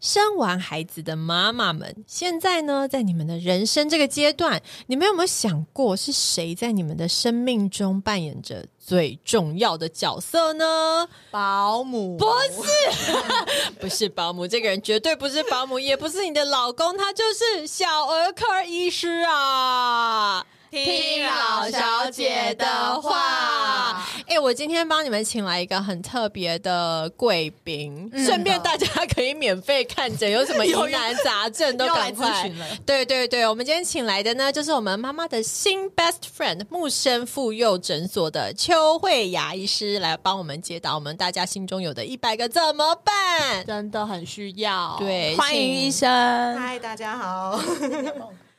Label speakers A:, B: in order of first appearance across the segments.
A: 生完孩子的妈妈们，现在呢，在你们的人生这个阶段，你们有没有想过是谁在你们的生命中扮演着最重要的角色呢？
B: 保姆
A: 不是，不是保姆，这个人绝对不是保姆，也不是你的老公，他就是小儿科医师啊！
B: 听老小姐的话。
A: 哎、我今天帮你们请来一个很特别的贵宾，
B: 嗯
A: 顺便大家可以免费看诊，有什么疑
B: 有有
A: 难杂症都
B: 又来
A: 赶快
B: 咨询了。
A: 对对对，我们今天请来的呢，就是我们妈妈的新 best friend 木生妇幼诊所的邱慧雅医师，来帮我们解答我们大家心中有的一百个怎么办。
B: 真的很需要。
A: 对，
C: 欢迎
A: 请
C: 医生。
D: 嗨，大家好。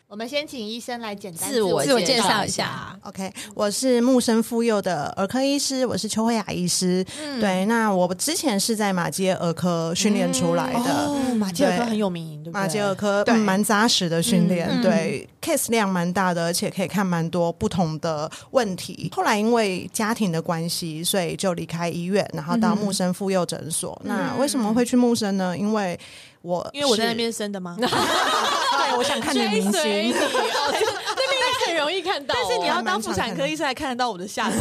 B: 我们先请医生来简单
A: 自我
C: 自我介
A: 绍
C: 绍一下。
D: OK，我是木生妇幼的儿科医师，我是邱慧雅医师。
C: 嗯
D: 对，那我之前是在马街儿科训练出来的。
C: 哦，马
D: 街尔科很
C: 有名，对嗯
D: 马街儿科嗯蛮、扎实的训练，对 case 量蛮大的，而且可以看蛮多不同的问题。后来因为家庭的关系，所以就离开医院，然后到木生妇幼诊所。那为什么会去木生呢？因为我
C: 嗯因为我在
D: 是
C: 那，边生的吗？
D: 对，我想看你
A: 追
D: 明
A: 随
D: 星
A: 你，。哦，这那边应该很容易看到哦、
C: 但是你要当妇产科医生，还看得到我的下体。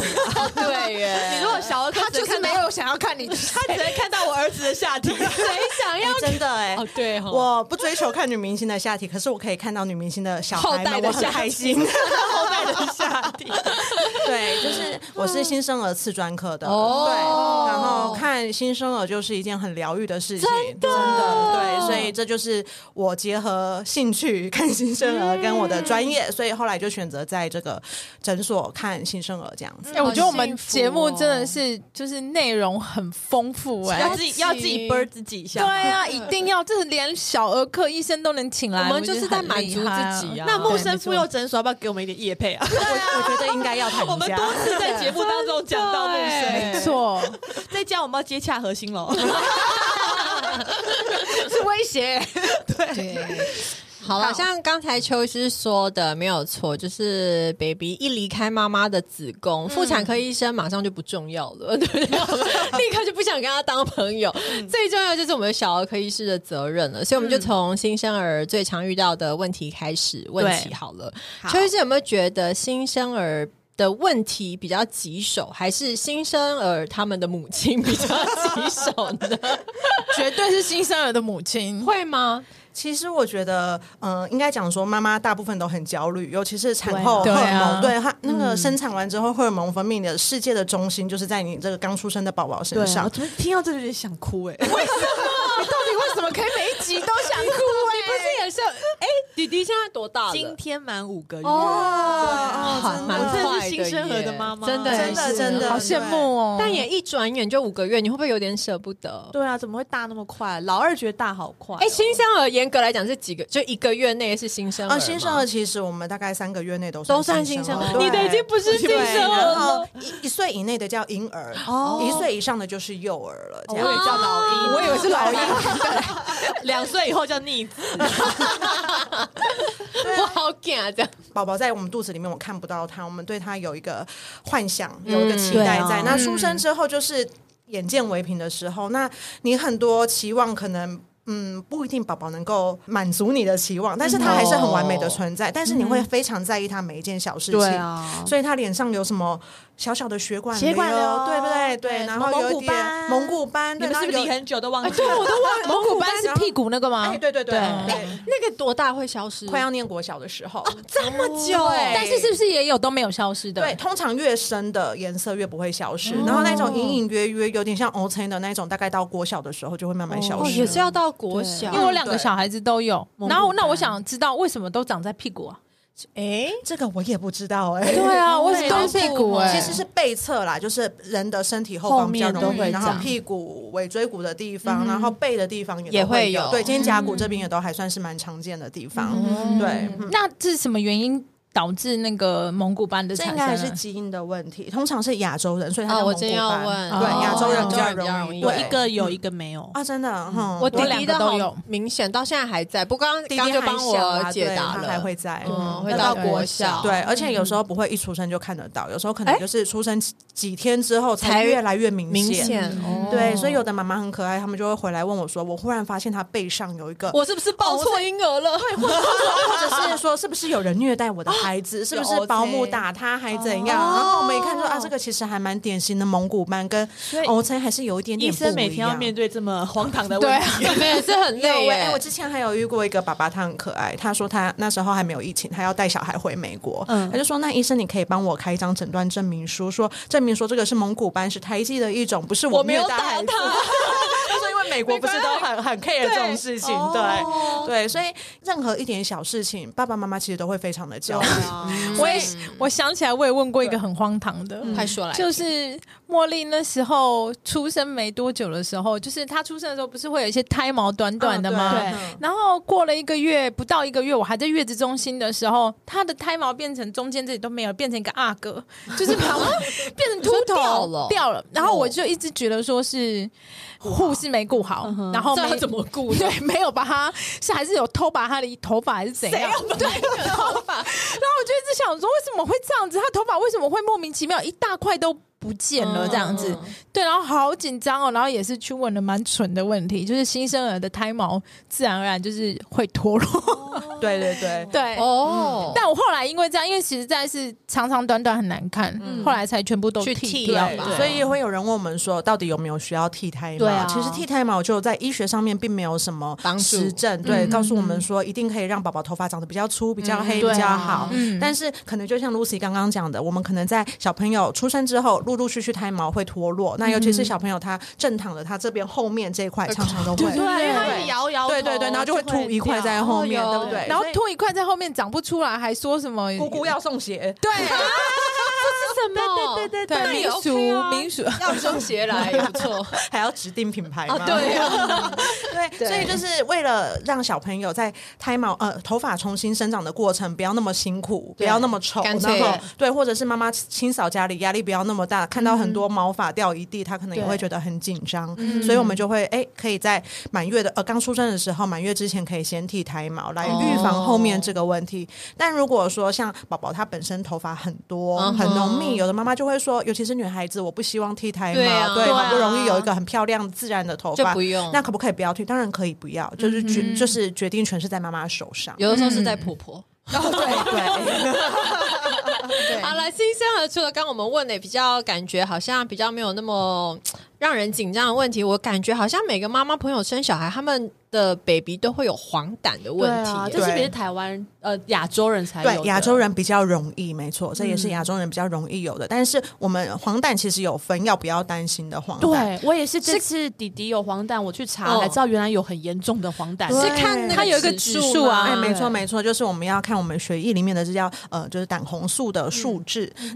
A: 对耶，
C: 你如果小儿 科，他就是没有想要看你，他只能看到我儿子的下 体。
A: 谁想要
D: 哎 真的哎、
A: 哦，对哦，
D: 我不追求看女明星的下体，可是我可以看到女明星的小
A: 后
D: 孩
A: 代
D: 们，
A: 的
D: 哎我很
A: 下体
D: 开心。
C: 后代的下体，
D: 对，就是我是新生儿次专科的，
A: 嗯哦
D: 对，然后看新生儿就是一件很疗愈的事情，真的对，所以这就是我结合兴趣看新生儿跟我的专业，
A: 嗯
D: 所以后来就选择在这个诊所看新生儿这样子。
E: 哎、我觉得我们节目真的是就是内容很丰富哎、
C: 要自己要自己啵自己一
E: 对
C: 下。
E: 啊，一定要，这是连小儿科医生都能请来，
A: 我们就是在
E: 很
A: 满足
E: 厉害啊
A: 自己啊
C: 那木
E: 对
C: 生
E: 没
C: 妇
E: 错
C: 幼诊所要不要给我们一点业配啊？
D: 我我觉得应该要谈
C: 我
D: 一
C: 们
D: 下。
C: 多次在节目当中讲到木
E: 没
C: 生，
E: 错，
C: 再加我们要接洽核心喽。
E: 是威 胁。
A: 对。好了，像刚才邱医师说的没有错，就是 baby 一离开妈妈的子
D: 嗯
A: 宫，妇产科医生马上就不重要 了，对不对？我们立刻就不想跟他当朋友。
D: 嗯
A: 最重要就是我们小儿科医师的责任了，所以我们就从新生儿最常遇到的问题开始问起好了。邱医师有没有觉得新生儿的问题比较棘手，还是新生儿他们的母亲比较棘手呢？
E: 绝对是新生儿的母亲。
A: 会吗？
D: 其实我觉得，嗯、应该讲说，妈妈大部分都很焦虑，尤其是产后荷
E: 对啊
D: 尔蒙，
E: 对
D: 对她那
A: 嗯
D: 个生产完之后，荷尔蒙分泌的世界的中心就是在你这个刚出生的宝宝
A: 啊
D: 身上
C: 啊我。怎么听到这就有点想哭哎？
E: 你到底为什么可以每一集都想哭、
A: 不是也是？哎、弟弟现在多大了？
C: 今天满五个月。
D: 哦
A: 好
D: 真的
A: 蛮
C: 我
A: 快
C: 真的是
A: 的
C: 新生儿的
A: 耶
C: 妈妈
A: 真的
D: 真的
A: 是
D: 真 的
E: 好羡慕哦！
A: 但也一转眼就五个月，你会不会有点舍不得？
C: 对啊，怎么会大那么快？老二觉得大好快哦、
A: 哎、新生儿严格来讲是几个？就一个月内是新生儿吗、
D: 啊，新生儿其实我们大概三个月内都
A: 都算
D: 算
A: 新生
D: 生
A: 儿，
D: 对
A: 你的已经不是新
D: 对，
A: 生儿
D: 然
A: 了。哦
D: 后一一岁以内的叫婴儿，一岁以上的就是幼儿了。这
C: 我
D: 样
C: 也叫老
A: 啊
C: 一，
A: 我以为是老一
C: 对，两岁以后叫逆子，
A: 我好敢这样。
D: 宝宝在我们肚子里面，我看不到他，我们对他有一个幻想，
C: 嗯
D: 有一个期
E: 对
D: 待
E: 啊
D: 在。那出生之后就是眼见为凭的时候，那你很多期望可能。嗯，不一定宝宝能够满足你的期
C: 嗯
D: 望，但是他还是很完美的存在。但是你会非常在意他每一件小事情，
C: 哦啊，
D: 所以他脸上有什么小小的血管
C: 血管瘤
D: 对不对？对，
C: 对什
D: 然
C: 么
D: 后有
C: 蒙古
D: 一点
C: 斑
D: 蒙古斑，
C: 你
D: 对
C: 们是
D: 然
C: 不是
D: 后
C: 离
D: 有
C: 很久都忘记
A: 哎
E: 对，
C: 了？
E: 我都忘蒙古斑
D: 斑
E: 是屁股那个吗
D: 哎，？对对对，对
A: 哎那个多大会消失？
D: 快要念国小的时 候，
A: 这么久哎、
E: 但是是不是也有都没有消失的？
D: 对，，哦通常越深的颜色越不会消失，然后那种隐隐约约有点像 O C 的那种，大概到国小的时候就会慢慢消
A: 哦，
D: 失。
A: 也是要到国小
E: 因为。我两个小孩子都有。
C: 对
E: 然后那我想知道为什么都长在屁股啊？
A: 哎、
D: 这啊个我也不知道哎、
E: 对啊，为什么都是屁股？哎，
D: 其实是背侧啦，就是人的身体后方比较容
C: 后面
D: 易
C: 都，会
D: 然后
C: 长
D: 屁股、尾椎骨的地方，然后背的地方也
A: 也
D: 也
A: 会有
C: 哎
D: 有，对，肩胛骨这边也都还算是蛮常见的地方。对，嗯
E: 那这是什么原因
C: 导致那个蒙古斑的
D: 这
C: 产
D: 应
C: 生
D: 该
C: 啊？
D: 还是基因的问题，通常是亚洲人，所以他
A: 哦我
D: 叫蒙
A: 真
D: 古
A: 要
D: 斑
A: 问
D: 对
C: 哦
D: 亚洲人
C: 亚
D: 比
C: 洲
D: 较
A: 人比较容易
D: 对
A: 对
B: 一个有一个没有，
D: 啊，真的，哼
A: 我
C: 弟
A: 弟
C: 弟
A: 弟
C: 的
A: 的
C: 好
A: 好明显，到现在还在。不过刚
D: 弟弟
A: 刚就
D: 还
A: 帮
D: 小啊
A: 我解
D: 对
A: 答
D: 他
A: 了，
D: 还会在，
A: 嗯，
D: 嗯
A: 会
C: 要
A: 到
C: 到
A: 国
C: 国
A: 小，
C: 小
D: 对，而且有时候不会一出生就看得到，有时候可能
A: 哎
D: 就是出生几几天之后才
A: 才
D: 越来越明
A: 明
D: 显。
A: 显，
C: 嗯
A: 哦
D: 对，所以有的妈妈很可爱，他们就会回来问我说：“我忽然发现他背上有一 个，
A: 我是不是
C: 哦
A: 抱错婴儿了？
D: 或者是说是不是有人虐待我的孩子，是不是保姆打他还怎样？”然后我们一看说：“啊，这个其实还蛮典型的蒙古斑，跟
B: 以
D: O 称还是有一点
B: 医
D: 点不一样。
B: 生”每天要面对这么荒唐的
C: 对
B: 问题。
C: 啊，
A: 你们也是很累
D: 有哎、我
A: 耶。
D: 之前还有遇过一个爸爸，他很可爱。他说他那时候还没有疫情，他要带小孩回美国，
B: 嗯
D: 他就说：“那医生，你可以帮我开一张诊断证明书，说证明说这个是蒙古斑，是胎记的一种，不是
A: 我没
D: 虐
A: 有
D: 待
A: 打
D: 孩子。
A: 他，
D: 他说因为美国不是都很很 care 这种事情，对、哦
C: 哦
D: 对，所以任何一点小事情，爸爸妈妈其实都会非常 的焦虑。
B: 嗯
C: 我也我想起来，我也问过一个很荒唐的，
A: 快说来，
C: 就是茉莉那时候出生没多久的时候，就是她出生的时候不是会有一些胎毛短短的吗？
D: 嗯
B: 对
D: 嗯
C: 然后过了一个月，不到一个月，我还在月子中心的时候，她的胎毛变成中间这里都没有，变成一个阿哥，就是把变成秃头
A: 掉了
C: 掉了。然后我就一直觉得说是护士没顾好，然后
A: 这
C: 没
A: 要怎么顾呢？
C: 对，没有把他是还是有偷拔他的头发还是怎样？对，头发。然后我就一直想说，为什么会这样子？他头发为什么会莫名其妙一大块都不见了这样子？对，然后好紧张哦，然后也是去问了蛮蠢的问题，就是新生儿的胎毛自然而然就是会脱落。
D: 对对对，
C: 对。
D: 嗯
A: 哦，
C: 但我后来因为这样，因为其实在是长长短短很难看，后来才全部都
A: 去
C: 剃
A: 剃
C: 掉
A: 对
C: 嘛。
A: 对
D: 所以也会有人问我们说，到底有没有需要剃胎毛？
B: 对啊
D: 其实剃胎毛就在医学上面并没有什么
A: 帮助
D: 实证，对，告诉我们说一定可以让宝宝头发长得比较粗、比较黑、
B: 嗯对啊
D: 比较好。
C: 嗯
D: 但是可能就像 Lucy 刚刚讲的，我们可能在小朋友出生之后，陆陆续续胎毛会脱落，那尤其是小朋友他正躺的，他这边后面这一块常常都会。
B: 对啊，因为他
D: 对
B: 一摇摇头，
D: 对对对，然后就会凸一块在
B: 掉
D: 后面，
A: 哦
D: 对
A: 有
D: 不对？
C: 然后
D: 所以
C: 秃一块在后面长不出来，还说什么
D: 姑姑要送鞋，
C: 对
A: 什么？对对
C: 对民俗民俗
A: 要双鞋来也不 错
D: 还要指定品牌吗？
A: 啊，对啊，
D: 对，所以就是为了让小朋友在胎毛呃头发重新生长的过程不要那么辛苦，不要那么丑，
A: 干
D: 然
A: 脆
D: 后对，或者是妈妈清扫家里压力不要那么大，看到很多毛发掉一地，她可能也
B: 对
D: 会觉得很紧张，
A: 嗯
D: 所以我们就会哎可以在满月的呃刚出生的时候，满月之前可以先剃胎毛来预防后面这个问题。但如果说像宝宝他本身头发很多
A: 哦嗯哼
D: 很浓密，有的妈妈就会说，尤其是女孩子，我不希望剃胎毛，
A: 对啊
D: 对，
A: 对啊
D: 好不容易有一个很漂亮自然的头
A: 就
D: 发
A: 不，
B: 嗯
A: 用。
D: 那可不可以不要剃？当然可以不要，就是决、就是决定权是在妈妈手上。
A: 有的时候是在婆 婆。
D: 哦 对
A: 好了，新生儿除了刚我们问的比较感觉好像比较没有那么嘖让人紧张的问题，我感觉好像每个妈妈朋友生小孩，他们的 baby 都会有黄疸的
B: 对
A: 问题
B: 啊，
A: 耶。
B: 这是不是台湾呃亚洲人才有的？嗯
D: 对，亚洲人比较容易，没错，这也是亚洲人比较容易有的。但是我们黄疸其实有分要不要担心的黄疸，
B: 对我也是，这次弟弟有黄疸，我去查
A: 哦
B: 才知道原来有很严重的黄疸。
D: 对
A: 是看那
C: 它有一个指数啊
A: 吗
D: 哎，没错
B: 对
D: 没错，就是我们要看我们血液里面的这叫呃，就是胆红素的数字。
B: 嗯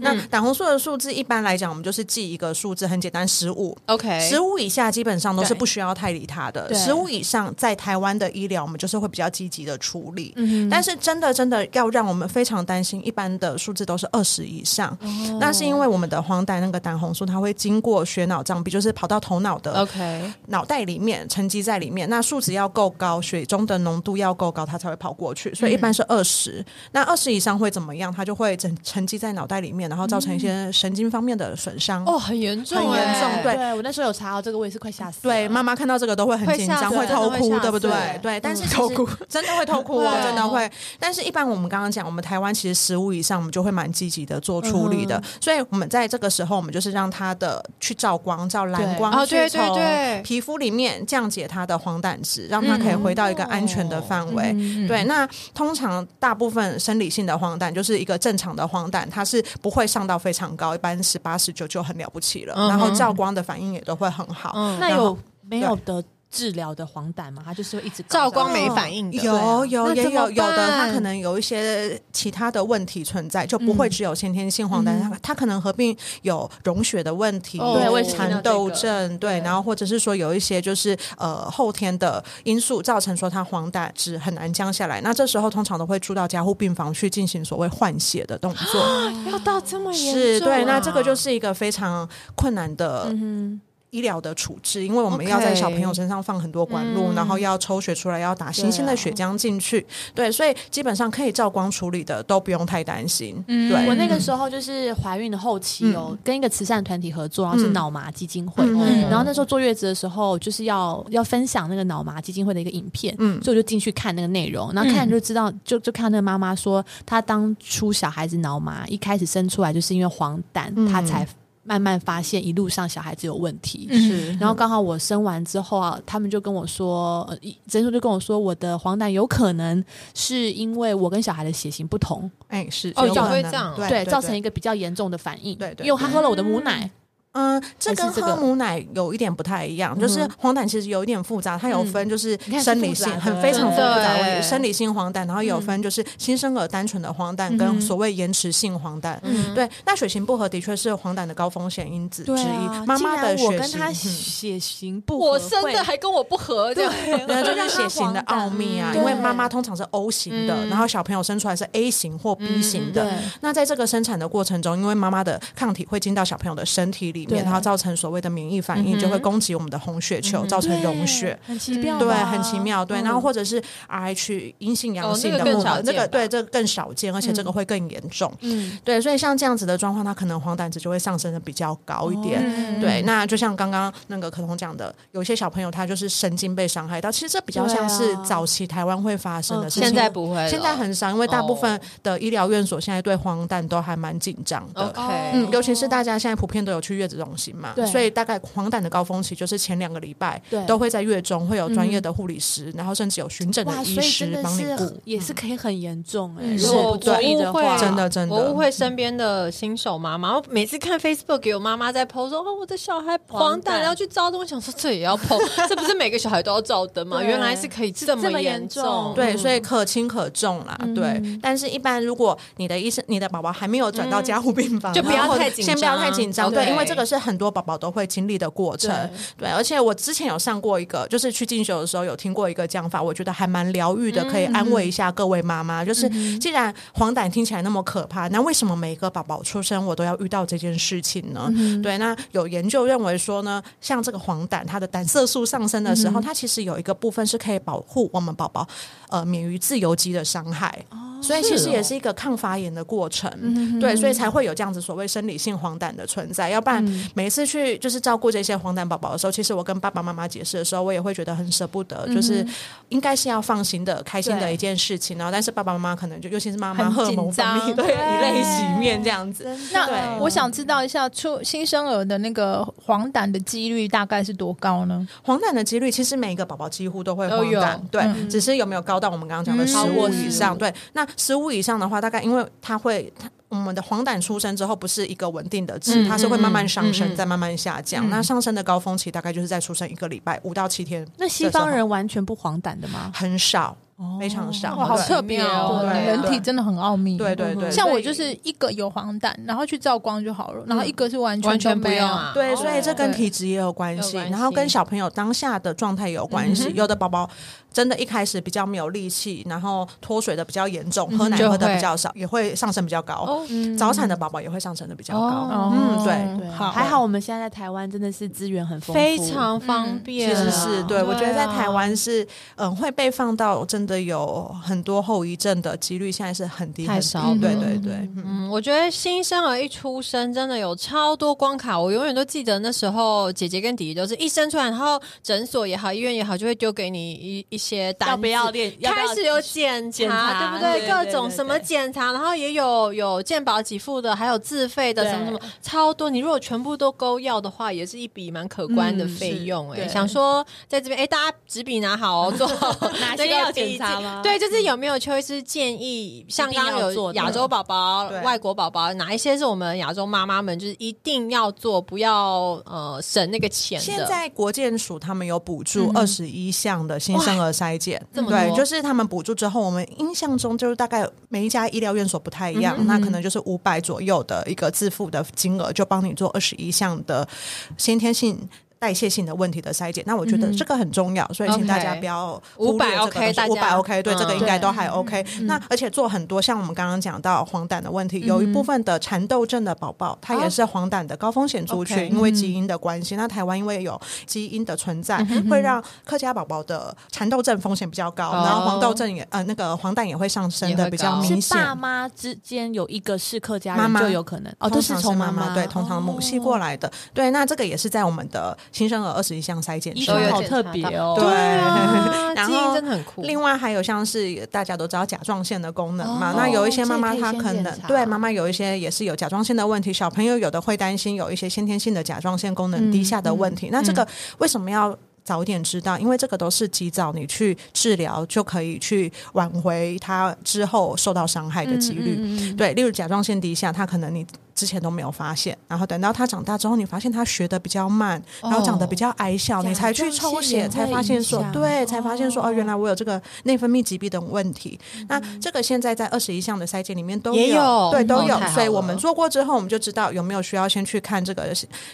D: 那胆红素的数字一般来讲，我们就是记一个数字，很简单，十五。
A: OK，
D: 十五以下基本上都是
C: 对
D: 不需要太理他的，
C: 对
D: 十五以上在台湾的医疗，我们就是会比较积极的处理。
C: 嗯
D: 但是真的真的要让我们非常担心，一般的数字都是二十以上，
C: 哦
D: 那是因为我们的黄疸那个胆红素它会经过血脑障壁，就是跑到头脑的
A: OK，
D: 脑袋里面沉积在里面，那数值要够高，血中的浓度要够高，它才会跑过去。所以一般是二十、那二十以上会怎么样？它就会沉沉积在脑袋里面，然后造成一些神经方面的损伤。
A: 哦，很严重哎
D: 很
A: 耶，
D: 严重对
B: 对我那时候有查到这个，我也是快吓死了。
D: 对，妈妈看到这个都会很紧张，
A: 会
D: 会
A: 吓死
D: 偷
A: 真的
D: 哭，
A: 会吓
D: 对不对
A: 死？嗯
D: 对，但是偷哭 真的会偷哭哦，
A: 对啊
D: 真的会。但是，一般我们刚刚讲，我们台湾其实十五以上，我们就会蛮积极的做处理
A: 嗯
D: 的。所以，我们在这个时候，我们就是让他的去照光，照蓝光，
A: 对哦对
D: 去从
A: 对对嗯
D: 皮肤里面降解他的黄疸值，让他可以回到一个安全
A: 哦
D: 的范围。对，那通常大部分生理性的黄疸就是一个正常的黄疸，它是不会上到非常高，一般十八十九就很了不起了。
A: 嗯哼
D: 然后照光的反应也都会很好。
A: 嗯
B: 那
D: 然后
B: 有没有得治疗的黄疸嘛，它就是会一直
A: 照光
B: 美
A: 没反应的。
D: 哦
A: 啊
D: 有有
A: 那
D: 也
A: 怎么
D: 有有的，他
A: 办
D: 可能有一些其他的问题存在，就不
A: 嗯
D: 会只有先天性黄疸，他、他可能合并有溶血的问题、
F: 哦对我也是听到
D: 蚕
F: 这
D: 豆
F: 个
D: 症，
F: 对
D: 对，然后或者是说有一些就是呃后天的因素造成说他黄疸值很难降下来，那这时候通常都会住到加护病房去进行所谓换血的动 作，哦
B: 要到这么严重、啊嗯
D: 是对，那这个就是一个非常困难的医疗的处置，因为我们要在小朋友身上放很多管路，然后要抽血出来，要打新鲜的血浆进去，对，所以基本上可以照光处理的都不用太担心，
B: 我
D: 对。
B: 那
C: 嗯
B: 个时候就是怀孕的后期有跟一个慈善团体合作，然后是脑麻基金会，哦
D: 嗯
B: 然后那时候坐月子的时候就是要要分享那个脑麻基金会的一个影片，
D: 嗯
B: 所以我就进去看那个内容，然后看就知道，就就看到那个妈妈说，她当初小孩子脑麻一开始生出来就是因为黄疸，
D: 嗯
B: 她才慢慢发现一路上小孩子有问题，
D: 嗯
C: 嗯
A: 是
B: 然后刚好我生完之后啊，他们就跟我说，呃一诊所就跟我说，我的黄疸有可能是因为我跟小孩的血型不同，
D: 哎、是
A: 哦
D: 有可
A: 也会
D: 能
A: 这样哦
D: 对
B: 对，造成一
D: 个
B: 个比较严重的反应。
D: 对对
B: 因为他喝了我的母奶，
D: 嗯，这
B: 还
D: 跟
B: 是这
D: 喝
B: 个嗯
D: 母奶有一点不太一样，就是黄疸其实有一点复杂，它有分就是
B: 你看是
D: 生
B: 复
D: 理
B: 杂
D: 性
B: 的
D: 很非常复杂
A: 真的
D: 的
A: 耶
D: 生理性黄疸，然后有分就是新生儿单纯的黄
B: 嗯
D: 疸跟所谓延迟性黄疸，
A: 嗯，
D: 对，那血型不合的确是黄疸的高风险因子之
B: 对
D: 一。
B: 啊，
D: 嗯妈妈的
B: 竟然我跟
D: 血型，
B: 他
D: 嗯
B: 血型不合，
A: 我生的
B: 会
A: 还跟我不合，这样
D: 对，这就是血型的奥秘啊！
B: 嗯
D: 因为妈妈通常是 O 型的，然后小朋友生出来是 A 型或 B 型
B: 嗯
D: 的。
B: 对
D: 那在这个生产的过程中，因为妈妈的抗体会进到小朋友的身体里面，
B: 对嗯
D: 然后造成所谓的免疫反应，就会攻击我们的红血球，造成溶血。，
B: 对很嗯奇妙吧，嗯
D: 对，很奇妙。对，然后或者是 RH 阴性、阳性
A: 哦那
D: 的
A: 个更
D: 不合
A: 少，见
D: 那个
A: 吧
D: 对，这个更少见，而且这个会更严重。
B: 嗯，
D: 对，所以像这样子的状况，它可能黄疸值就会上升的比较高一
B: 哦
D: 点。
A: 嗯
D: 对，那就像刚刚那个可彤讲的，有些小朋友他就是神经被伤害到，其实这比较像是
B: 对啊
D: 早期台湾会发生
B: 嗯
D: 的
B: 哦
D: 事情。
A: 现在不会了，
D: 现在很少，因为大部分的医疗院所现在对黄疸都还蛮紧张的。
A: 哦 OK，
D: 嗯，尤其是大家现在普遍都有去月子中心嘛
B: 哦对，
D: 所以大概黄疸的高峰期就是前两个礼拜
B: 对，嗯
D: 都会在月中会有专业的护理师，然后甚至有巡诊
B: 哇，
D: 的
B: 所
D: 医
B: 以真
D: 师
B: 的
D: 帮你顾嗯
B: 是。也是可以很严重哎，
A: 嗯
B: 如果
A: 我
B: 不注意的
A: 我误
B: 话，
A: 会
D: 真的真的，
A: 我误会身边的新手妈妈，我每次看 Facebook 有妈妈在 PO 说：“哦，我的小孩黄
B: 黄疸
A: 疸，要去照灯。”我想说这也要 PO，这不是每个小孩都要照灯吗？
B: 对
A: 原来是可以这
B: 这么
A: 严
B: 严
A: 哦
B: 重
D: 对，所以可轻可重啦，
A: 嗯
D: 对。但是，一般如果你的医生、你的宝宝还没有转到加护病房，
A: 嗯就不要
D: 然后
A: 太紧
D: 先不要
A: 张
D: 太紧张，对，
A: OK
D: 因为这个是很多宝宝都会经历的过程，对。而且我之前有上过一个，就是去进修的时候有听过一个讲法，我觉得还蛮疗愈的，可以安
A: 嗯
D: 慰一下各位妈妈。就是既然黄疸听起来那么可怕，那为什么每一个宝宝出生我都要遇到这件事情
A: 嗯
D: 呢？对，那有研究认为说呢，像这个黄疸，它的胆色素上升的时
A: 嗯
D: 候，它其实有一个部分是可以保护我们宝宝呃免于自由基的伤害。
A: 哦
D: 所以其实也是一个抗发炎的过程，
A: 嗯
D: 对，所以才会有这样子所谓生理性黄疸的存在。要不然
A: 嗯
D: 每一次去就是照顾这些黄疸宝宝的时候，其实我跟爸爸妈妈解释的时候，我也会觉得很舍不得，
A: 嗯
D: 就是应该是要放心的、开心的
B: 对
D: 一件事情。然后，但是爸爸妈妈可能就尤其是妈妈
A: 很
D: 荷尔蒙
A: 紧
D: 分泌，
A: 张
D: 对，以泪洗面这样子。
B: 对
D: 对
B: 我
C: 那我想知道一下，出新生儿的那个黄疸的几率大概是多高呢？
D: 黄疸的几率，其实每一个宝宝几乎都会
A: 都
D: 黄
A: 有
D: 疸，对，
C: 嗯
D: 只是有没有高到我们刚刚讲的
C: 嗯
D: 十
C: 超
D: 五
C: 过
D: 以
C: 15
D: 上？对，那十五以上的话，大概因为它会，它我们的黄疸出生之后不是一个稳定的值，
A: 嗯
D: 它是会慢慢上
A: 嗯嗯
D: 升，
A: 嗯
D: 再慢慢下降。那上升的高峰期大概就是在出生一个礼拜，五到七天，
B: 那西方人完全不黄疸的吗？
D: 很少，哦非常少。
C: 哇，好
D: 对
C: 特别哦！
D: 对
C: 人体真的很奥秘。
D: 对对对，
C: 像
D: 所
C: 我
D: 以
C: 就是一个有黄疸，然后去照光就好了，然后一个是嗯完全
A: 完全
C: 都
A: 不
C: 没有
A: 用啊
B: 哦
D: 对，所以这跟
C: 对
D: 体质也有关
A: 有
D: 系，
A: 关系
D: 然后跟小朋友当下的状态也有关
A: 嗯
D: 系。有的宝宝真的一开始比较没有力气，然后脱水的比较严重，喝奶
A: 嗯就
D: 喝的
A: 会
D: 比较少，也会上升比较高。
A: 哦，
D: 早产的宝宝也会上升的比较高。
A: 哦
D: 嗯对
B: 对，
C: 好，
B: 还好我们现在在台湾真的是资源很丰富，嗯
A: 非常方便
D: 嗯其
A: 啊，
D: 实是对，我觉得在台湾是，嗯，会被放到真的有很多后遗症的几率，现在是很低
A: 太
D: 很低
A: 少
D: 对
C: 了
D: 对对，嗯
A: 嗯，我觉得新生儿一出生真的有超多关卡，我永远都记得那时候姐姐跟弟弟都是一生出来，然后诊所也好，医院也好，就会丢给你一一些单子
B: 要不要练？要不
A: 开
B: 要
A: 始有检
B: 检查
A: 对不对？
B: 对
A: 各
B: 对
A: 种
B: 对
A: 什么
B: 对
A: 检查，然后也有有健保给付的，还有自费的，
B: 对
A: 什么什么，超多。你如果全部都勾要的话，也是一笔蛮可观的费用。哎，
B: 嗯对
A: 想说在这边，哎，大家纸笔拿好哦，做好
B: 哪
A: 这
B: 些
A: 个
B: 要检
A: 笔你
B: 查吗嗯
A: 对，就是有没有邱医师建议，像刚刚
B: 一定要做
A: 有
B: 的
A: 亚洲宝宝
D: 对、
A: 外国宝宝，哪一些是我们亚洲妈妈们就是一定要做，不要呃省那个钱的？嗯
D: 现在国健署他们有补助二十一项的新生儿筛检，
A: 这么
D: 对，
A: 多
D: 就是他们补助之后，我们印象中就是大概每一家医疗院所不太一
A: 嗯
D: 样，那可能就是五百左右的一个自付的金额，就帮你做二十一项的先天性。代谢性的问题的筛检，那我觉得这个很重要，所以请大
A: 嗯
D: 家
A: OK
D: 不要
A: 500 OK，大家
D: 五百 OK，对、
A: 嗯
D: 这个应该都还 OK、那而且做很多像我们刚刚讲到黄疸的问
A: 嗯
D: 题，有一部分的蚕豆症的宝宝，他
A: 哦
D: 也是黄疸的高风险族群，
A: OK 嗯
D: 因为基因的关系。那台湾因为有基因的存在，会让客家宝宝的蚕豆症风险比较高，
A: 嗯哦
D: 然后黄豆症也呃那个黄疸也会上升
A: 也
D: 的
A: 会
D: 比较
A: 高
D: 明
B: 是
D: 显。
B: 爸妈之间有一个是客家
D: 妈
B: 人
D: 妈
B: 就有可能哦，
D: 通
B: 都
D: 常是
B: 从
D: 妈
B: 妈哦
D: 对，通常母系过来的，对，那这个也是在我们的新生儿二十一项筛检
B: 医
D: 区
B: 生
A: 都有
B: 好
A: 检
B: 特
A: 查
B: 别
A: 到
B: 哦，
D: 对
A: 啊
D: 然
A: 基因
D: 后
A: 真的很酷。
D: 另外还有像是大家都知道甲状腺的功能嘛，
B: 哦
D: 那有一些
B: 这
D: 妈
B: 也
D: 妈
B: 可以
D: 她
B: 先
D: 可
B: 检
D: 能
B: 查
D: 对妈妈有一些也是有甲状腺的问题，小朋友有的会担心有一些先天性的甲状腺功能低下的问
B: 嗯
D: 题。那这个为什么要？早点知道，因为这个都是及早你去治疗就可以去挽回他之后受到伤害的几
C: 嗯
D: 率。
B: 嗯
D: 对，例如甲状腺低下，他可能你之前都没有发现，然后等到他长大之后，你发现他学的比较慢，然后长得比较矮小，你才去
B: 甲
D: 抽血，
B: 状腺也
D: 才
B: 会
D: 发现
B: 影
D: 说，
B: 响
D: 对，才发现说，哦，原来我有这个内分泌疾病等问题。那这个现在在二十一项的筛检里面都
A: 也有
D: 对，都
A: 哦
D: 有
A: 太。好
D: 所以我
A: 了
D: 们做过之后，我们就知道有没有需要先去看这个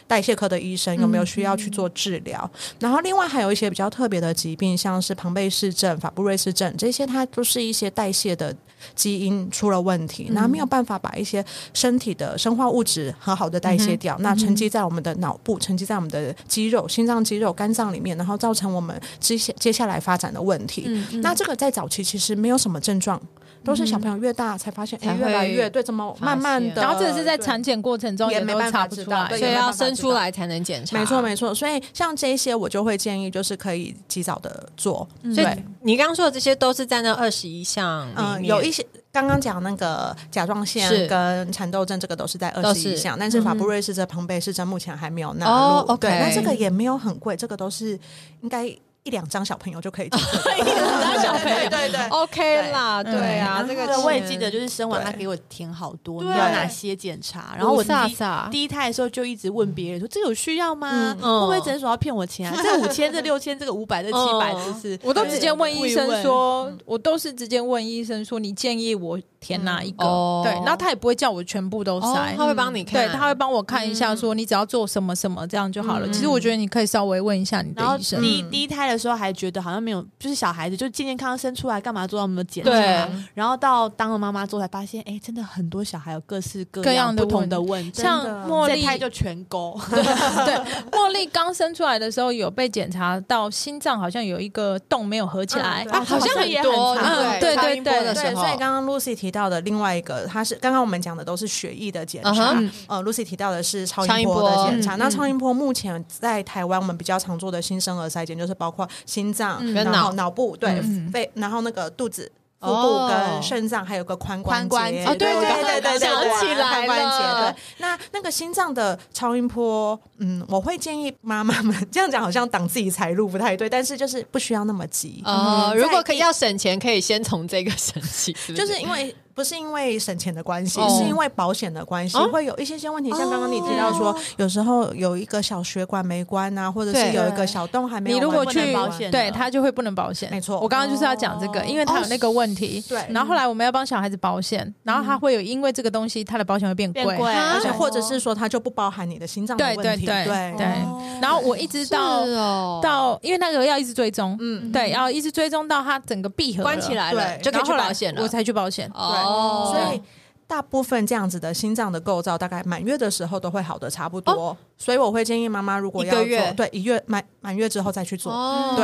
D: 代谢科的医生，有没有需要去做治疗。然后另外还有一些比较特别的疾病，像是庞贝氏症、法布瑞氏症，这些它都是一些代谢的基因出了问题，那没有办法把一些身体的生化物质很好的代谢掉，那沉积在我们的脑部，沉积在我们的肌肉、心脏肌肉、肝脏里面，然后造成我们接下接下来发展的问题。那这个在早期其实没有什么症状，都是小朋友越大才发现，哎、
A: 才
D: 越来
A: 会
D: 越对，怎么慢慢的，
C: 然后这个是在
D: 对
C: 产啊检过程中
D: 也没
C: 都
D: 办法
C: 查不
D: 知
C: 出
D: 道
C: 来，
D: 对
A: 所以
D: 也没
A: 要
D: 办法
A: 生
D: 知
A: 出
D: 道
A: 来才能检查，
D: 没错没错，所以像这些我就会建议，就是可以及早的做。
A: 所以
D: 对，
A: 你刚刚说的这些都是在那二十一项里面，
D: 嗯，有一些刚刚讲那个甲状
A: 是
D: 腺跟蚕豆症，这个都是在
A: 都
D: 二十
A: 是嗯
D: 一项，但是法布瑞氏症、庞贝氏症目前还没有纳入。
A: 哦，OK
D: 对，那这个也没有很贵，这个都是应该一两张小朋友就可以解决 的。一两张小朋友， 对对对
A: OK 啦，
D: 嗯
A: 对啊，这个
B: 对，我也记
A: 钱
B: 得，就是生完他
D: 对
B: 给我填好多，你
A: 对
B: 要哪些检查，然后我第
E: 萨萨
B: 第一胎的时候就一直问别人说这有需要吗？
D: 嗯
A: 嗯
B: 会不会诊所要骗我钱啊？这五千、这六千、这个五百、这七百，
A: 嗯
B: 就是
C: 我都直接问医生
B: 会问
C: 说，我都是直接问医生说，你建议我填哪一个？
A: 嗯哦
C: 对，然后他也不会叫我全部都
A: 哦
C: 塞，
A: 他会帮你看，
C: 对，他会帮我看一下，说你只要做什么什么这样就好了。其实我觉得你可以稍微问一下你
B: 然后
C: 的医生，
D: 嗯
B: 第一第一胎的时候还觉得好像没有，就是小孩子就健健康康生出来，干嘛做那么多检查？
A: 对
B: 然后到当了妈妈之后才发现，哎，真的很多小孩有各式各
C: 各
B: 样
C: 样的
B: 不同的问题，
C: 像
D: 真的
C: 茉
B: 这
C: 莉
B: 胎就全勾，
C: 对，茉莉刚生出来的时候有被检查到心脏好像有一个洞没有合起来，
D: 啊
A: 好像
B: 好像也
A: 很多，
B: 很
A: 不
C: 常对
A: 超
C: 对
A: 音波
C: 对
A: 的
D: 对，
A: 时候，
D: 所以刚刚 Lucy 提到的另外一个，它是刚刚我们讲的都是血液的检
A: 嗯
D: 查
A: 哼，
D: 呃，Lucy 提到的是超
A: 超音
D: 音波
A: 波
D: 的检查。
C: 嗯
D: 那超音波目前在台湾我们比较常做的新生儿筛检，就是包括心脏、
A: 嗯跟
D: 然
A: 脑
D: 后脑部，对
C: 嗯，
D: 肺，然后那个肚子。腹
A: 哦
D: 部跟肾脏还有个髋
B: 髋关
D: 节
B: 节哦
A: 对
D: 对
A: 对
D: 对对，对
A: 想
D: 对
A: 起
D: 对
A: 来
D: 髋关
A: 了
D: 节。对，那那个心脏的超音波，嗯，我会建议妈妈们这样讲好像挡自己财路不太对，但是就是不需要那么急。
A: 哦，如果可以
D: 在
A: 要省钱，可以先从这个省起，是不
D: 就是因为不是因为省钱的关系，
A: 哦
D: 是因为保险的关系，
A: 哦
D: 会有一些些问题。像刚刚你提到
C: 哦
D: 说，有时候有一个小血管没关啊，或者
A: 对
D: 是有一个小洞还没有完。
C: 你如果
D: 不
C: 去
D: 能
B: 保
D: 完
B: 险
C: 对他就会不能保险。
D: 没错
C: 我刚刚就是要讲这个，因为他有那个问
A: 哦
C: 题。
D: 对
C: 然后后来我们要帮小孩子保险，
A: 嗯
C: 然后他会有因为这个东西，他的保险会变
B: 变
C: 贵。
B: 贵，
A: 啊
D: 而且或者是说它就不包含你的心脏的
C: 对对
D: 问题，
C: 对对
B: 哦
C: 然后我一直到
A: 哦
C: 到，因为那个要一直追踪，嗯，对，要一直追踪到他整个闭合了
A: 关起，来了
D: 对
A: 就可以
C: 然
A: 去
C: 后后来
A: 保险了，
C: 我才去保险。
A: 哦，
D: 所以。大部分这样子的心脏的构造，大概满月的时候都会好的差不多，
C: 哦
D: 所以我会建议妈妈如果
A: 一
D: 要
A: 个
D: 做，
A: 月
D: 对一月满满月之后再去做。
A: 哦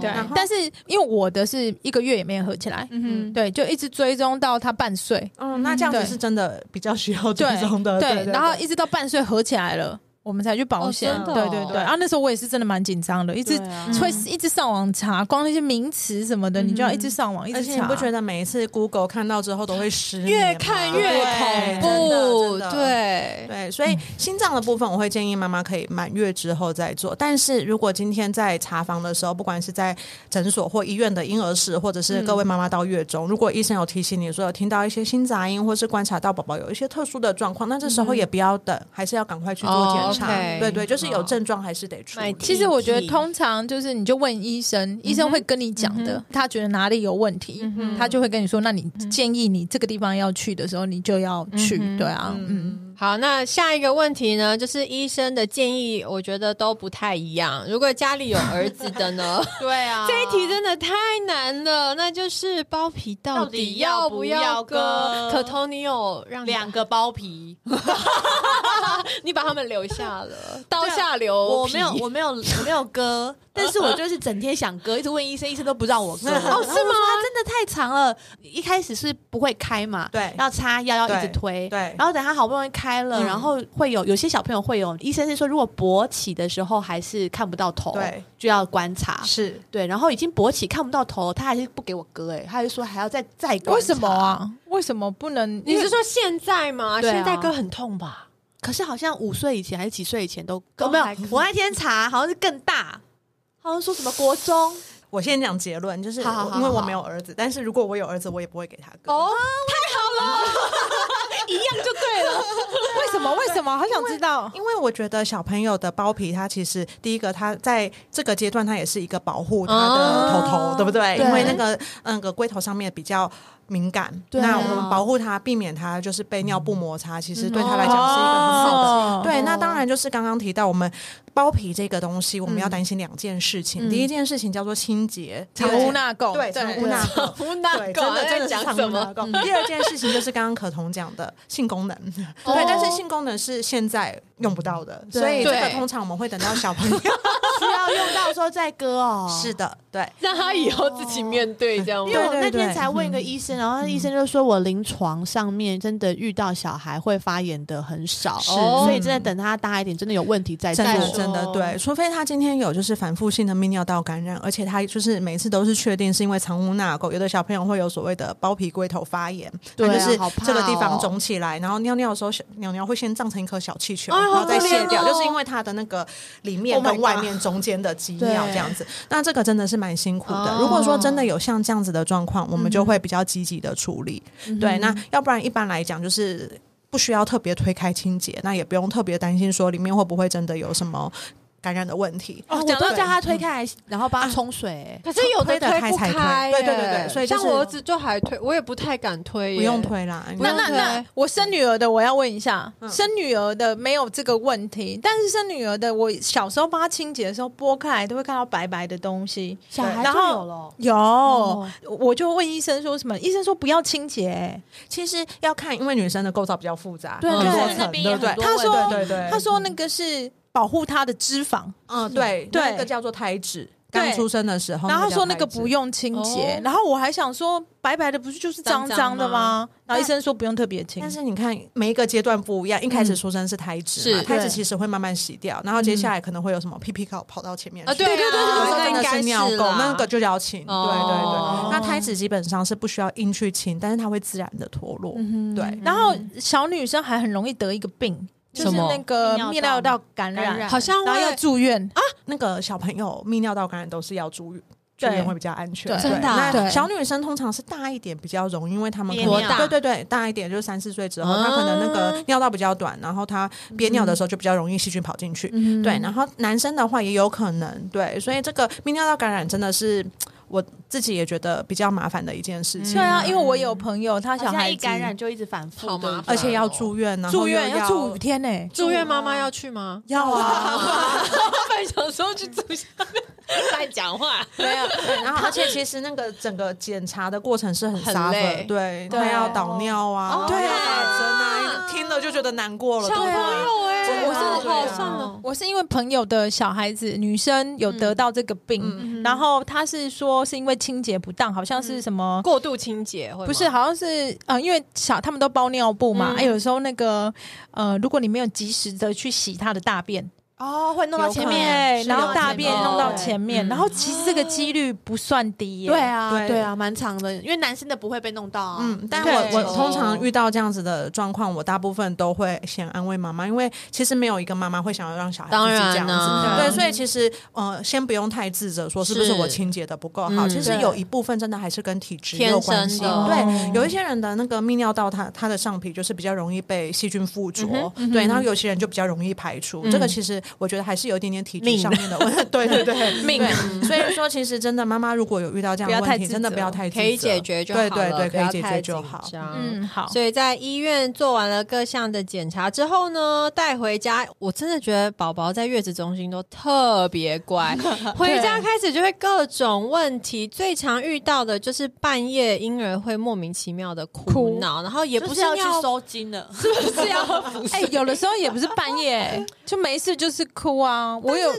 C: 对
D: 然后，
C: 但是因为我的是一个月也没有合起来，
B: 嗯哼，
C: 对，就一直追踪到他半岁，
D: 嗯，那这样子
C: 对
D: 是真的比较需要追
C: 对
D: 踪的，对，对
C: 然后
D: 对
C: 一直到半岁合起来了，我们才去保险。
A: 哦真的哦
C: 对对嗯对，然、后那时候我也是真的蛮紧张的，一直
B: 对啊
C: 会一直上网查，光那些名词什么的，你就要一直上网一
D: 而
C: 直
D: 且
C: 查。
D: 你不觉得每一次 Google 看到之后都会失眠吗
A: 越看越恐怖
D: 对真的真，的
A: 对。
D: 对，所以心脏的部分，我会建议妈妈可以满月之后再做。但是如果今天在查房的时候，不管是在诊所或医院的婴儿室，或者是各位妈妈到月中，如果医生有提醒你说有听到一些心杂音，或是观察到宝宝有一些特殊的状况，那这时候也不要等，还是要赶快去做检查。
A: 哦，OK
D: 对对，就是有症状还是得处
A: 买
D: 理。
A: 基
C: 其实我觉得，通常就是你就问医生，医生会跟你讲的。他觉得哪里有问题，他就会跟你说，那你建议你这个地方要去的时候，你就要去。对啊，嗯，
A: 好，那下一个问题呢，就是医生的建议，我觉得都不太一样。如果家里有儿子的呢，
E: 对啊，
A: 这一题真的太难了，那就是包皮到
E: 到底
A: 要
E: 要
A: 不
E: 不
A: 要
E: 要
A: 割？
E: 割
A: 可头你有让
E: 两个包皮，
A: 你把他们留下了， 刀下留
B: 啊我
A: 皮
B: 没有，我没有，我没有割，但是我就是整天想割，一直问医生，医生都不让我割。哦，是吗？它真的太长了，一开始是不会开嘛，
D: 对
B: 要插药要一直
D: 对
B: 推，
D: 对
B: 然后等它好不容易开了，然后会有有些小朋友会有，医生是说如果勃起的时候还是看不到头，
D: 对，
B: 就要观察。
D: 是
B: 对，然后已经勃起看不到头，他还是不给我割、哎，他还说还要再再观察
C: 为什么？啊？为什么不能？
A: 你是说现在吗？
B: 对啊
A: 现在割很痛吧？
B: 可是好像五岁以前还是几岁以前都割、
A: 都
B: 没有
A: 还可以，
B: 我那天查好像是更大，好像说什么国中，
D: 我先讲结论，就是
B: 好好好
D: 因为我
B: 好
D: 没有儿子，但是如果我有儿子，我也不会给他 割。
A: 哦，
C: 为什么？为什么？好想知道。
D: 因为我觉得小朋友的包皮，它其实第一个，它在这个阶段，它也是一个保护它
C: 哦
D: 的头头，对不对？
B: 对
D: 因为那个那个龟头上面比较敏感，
B: 对
D: 那
C: 哦
D: 我们保护它，避免它就是被尿布摩擦，其实对它来讲是一个很好的。
C: 哦
D: 对，那当然就是刚刚提到我们包皮这个东西，我们要担心两件事情。第一件事情叫做清洁，
C: 嗯藏污纳垢，
D: 对，藏污纳 垢。
A: 无奈
D: 对，
A: 狗
D: 真的真
A: 啊在
D: 的
A: 讲什么？？嗯
D: 第二件事情就是刚刚可彤讲的性 功能，对，但是性功能是现在用不到的，所以这个
A: 哦对
D: 通常我们会等到小朋 友。。
B: 需要用到的时候再割哦
D: 是的，对，
A: 让他以后自己面对这样
B: 因
A: 吗？
B: 为我
D: 对
B: 那
D: 对
B: 天
D: 对
B: 才问一个医生，然后医
D: 嗯
B: 生就说我临床上面真的遇到小孩会发炎的很少，
D: 是
B: 所以真的等他大一点，真的有问题再
D: 真
B: 做。
D: 的
A: 说
D: 真的对，除非他今天有就是反复性的泌尿道感染，而且他就是每次都是确定是因为藏污纳垢，有的小朋友会有所谓的包皮龟头发炎，
B: 对啊
D: 他就是
B: 好怕哦
D: 这个地方肿起来，然后尿尿的时候小尿尿会先胀成一颗小气球，
A: 哎
D: 然后再
A: 好可
D: 卸
A: 怜
D: 掉，
A: 哦
D: 就是因为他的那个里面
B: Oh my
D: 跟外
B: God
D: 面中间的积尿
B: 对
D: 这样子，那这个真的是蛮辛苦的
A: 哦。
D: 如果说真的有像这样子的状况，我们就会比较积极的处理。
B: 嗯
D: 对，那要不然一般来讲就是不需要特别推开清洁，那也不用特别担心说里面会不会真的有什么感染的问题。
B: 哦，我
C: 讲到
B: 都叫他推开，然后帮他冲水。欸
A: 可是有的
D: 推得
A: 推
D: 开
A: 不
D: 才推
A: 开耶，
D: 对对对对所以就是
A: 像我儿子就还推，我也不太敢推，
D: 不用。推啦，
C: 那
A: 不
C: 那
A: 用
C: 那
A: 推，
C: 我生女儿的我要问一下，
D: 嗯
C: 生女儿的没有这个问题，但是生女儿的，我小时候帮她清洁的时候剥开来都会看到白白的东西。
B: 小孩就
C: 然后
B: 有了，
C: 有，
B: 哦
C: 我就问医生说什么？医生说不要清洁，
D: 其实要看，因为女生的构造比较复杂，
B: 对
D: 很多
C: 对
D: 层，对不对？
C: 他说
D: 对对对
C: 他说那个是保护她的脂肪，
D: 嗯，对，
C: 对
D: 那个叫做胎脂，
C: 对
D: 刚出生的时候，
C: 然后
D: 叫
C: 说那个
D: 胎脂
C: 不。用清洁
A: 哦，
C: 然后我还想说白白的不是就是脏脏的吗？然后医生说不用特别清，
D: 但是你看，每一个阶段不一样，一开
C: 嗯
D: 始出生是胎脂嘛，
A: 是
D: 胎脂
C: 对
D: 其实会慢慢洗掉，然后
C: 嗯
D: 接下来可能会有什么屁屁跑跑到前面去
C: 呃
A: 啊，对对对对，
D: 真
A: 那
D: 的
A: 应该
D: 是尿
A: 是
D: 垢，
A: 啦
D: 那个就叫清。对
A: 哦
D: 对对，那胎脂基本上是不需要硬去清，但是它会自然的脱落。
A: 嗯
D: 对，
C: 嗯然后小女生还很容易得一个病，就
A: 什
C: 是
A: 么
C: 那个泌
B: 泌
C: 尿
B: 尿
C: 道
B: 道
C: 感
E: 感
C: 染
E: 染，
A: 好像
C: 然后要
A: 会
C: 住院啊，
D: 那个小朋友泌尿道感染都是要住院。住
C: 对
D: 院会比较安全，
C: 对
D: 对
A: 真的啊
D: 那
C: 对
D: 小女生通常是大一点比较容易，因为她们可
A: 多
D: 能
A: 大
D: 对对对，大一点就是三四岁之后，
A: 啊
D: 她可能那个尿道比较短，然后她憋尿的时候就比较容易细菌跑进去。
A: 嗯
C: 嗯
D: 对，然后男生的话也有可能，对，所以这个泌尿道感染真的是我自己也觉得比较麻烦的一件事情。
C: 对啊，因为我有朋友，她
B: 好
C: 小
B: 像
C: 孩
B: 一
C: 子
B: 感染就一直反复，
A: 好麻烦
D: 而且要住院，然后
C: 住院
D: 又
C: 要住五天欸呢、
A: 住院妈妈要去吗？
D: 要啊，
A: 本来想说去住下面再讲话，
D: 没有。 对然后，而且其实那个整个检查的过程是很
A: 很
D: suffer，
A: 累
D: 对，他要导尿
A: 哦
D: 啊，对，
A: 对
D: 要打针啊，听了就觉得难过了。
A: 小朋
D: 对啊
A: 友哎，
D: 对啊
A: 我是
D: 对啊
A: 好算了，
C: 我是因为朋友的小孩子女生有得到这个病，
D: 嗯
C: 然后他是说是因为清洁不当，好像是什么。
A: 过度清洁会
C: 不是，
A: 吗
C: 好像是呃，因为小他们都包尿布嘛，
A: 嗯
C: 哎、有时候那个呃，如果你没有及时的去洗他的大便，
B: 哦，会弄到前
C: 哎
B: 面，
C: 然后大便弄到
B: 面。
C: 前面，
A: 嗯
C: 然后其实这个几率不算低耶、
B: 对啊，
D: 对
B: 对啊，蛮长的，因为男生的不会被弄到啊。
D: 嗯，但
C: 对
D: 我我通
C: 哦
D: 常遇到这样子的状况，我大部分都会先安慰妈妈，因为其实没有一个妈妈会想要让小孩
A: 当
D: 自己这
A: 然
D: 样子。
A: 呢，
D: 对，
C: 嗯
D: 所以其实呃，先不用太自责，说是不是
A: 是
D: 我清洁的不够好。
A: 嗯
D: 其实
C: 对
D: 有一部分真的还是跟体质
A: 天
D: 有关系。
A: 生的
C: 哦
D: 对，有一些人的那个泌尿道它，它的上皮就是比较容易被细菌附
A: 嗯
D: 着，
C: 嗯
D: 对，然后有些人就比较容易排出。这个其实我觉得还是有一点点体质
A: 命
D: 上面的问题。 对对对，
C: 命
D: 对。所以说，其实真的妈妈如果有遇到这样的
C: 不要太
D: 问题，
C: 自
D: 真的
C: 责
D: 不要太自责
A: 可以解决就好
D: 对
A: 了，
D: 对对，
A: 不
D: 可以
A: 要
D: 解
A: 太
D: 决就
A: 紧
D: 好。
A: 张
C: 嗯，好，
A: 所以在医院做完了各项的检查之后呢，带回家，我真的觉得宝宝在月子中心都特别乖，回家开始就会各种问题，最常遇到的就是半夜婴儿会莫名其妙的哭闹，然后也
B: 就
A: 不
B: 是
A: 是
B: 要
A: 尿
B: 去收精了，
A: 不是要服
C: 哎、有的时候也不是半夜，就没事就是哭啊。我有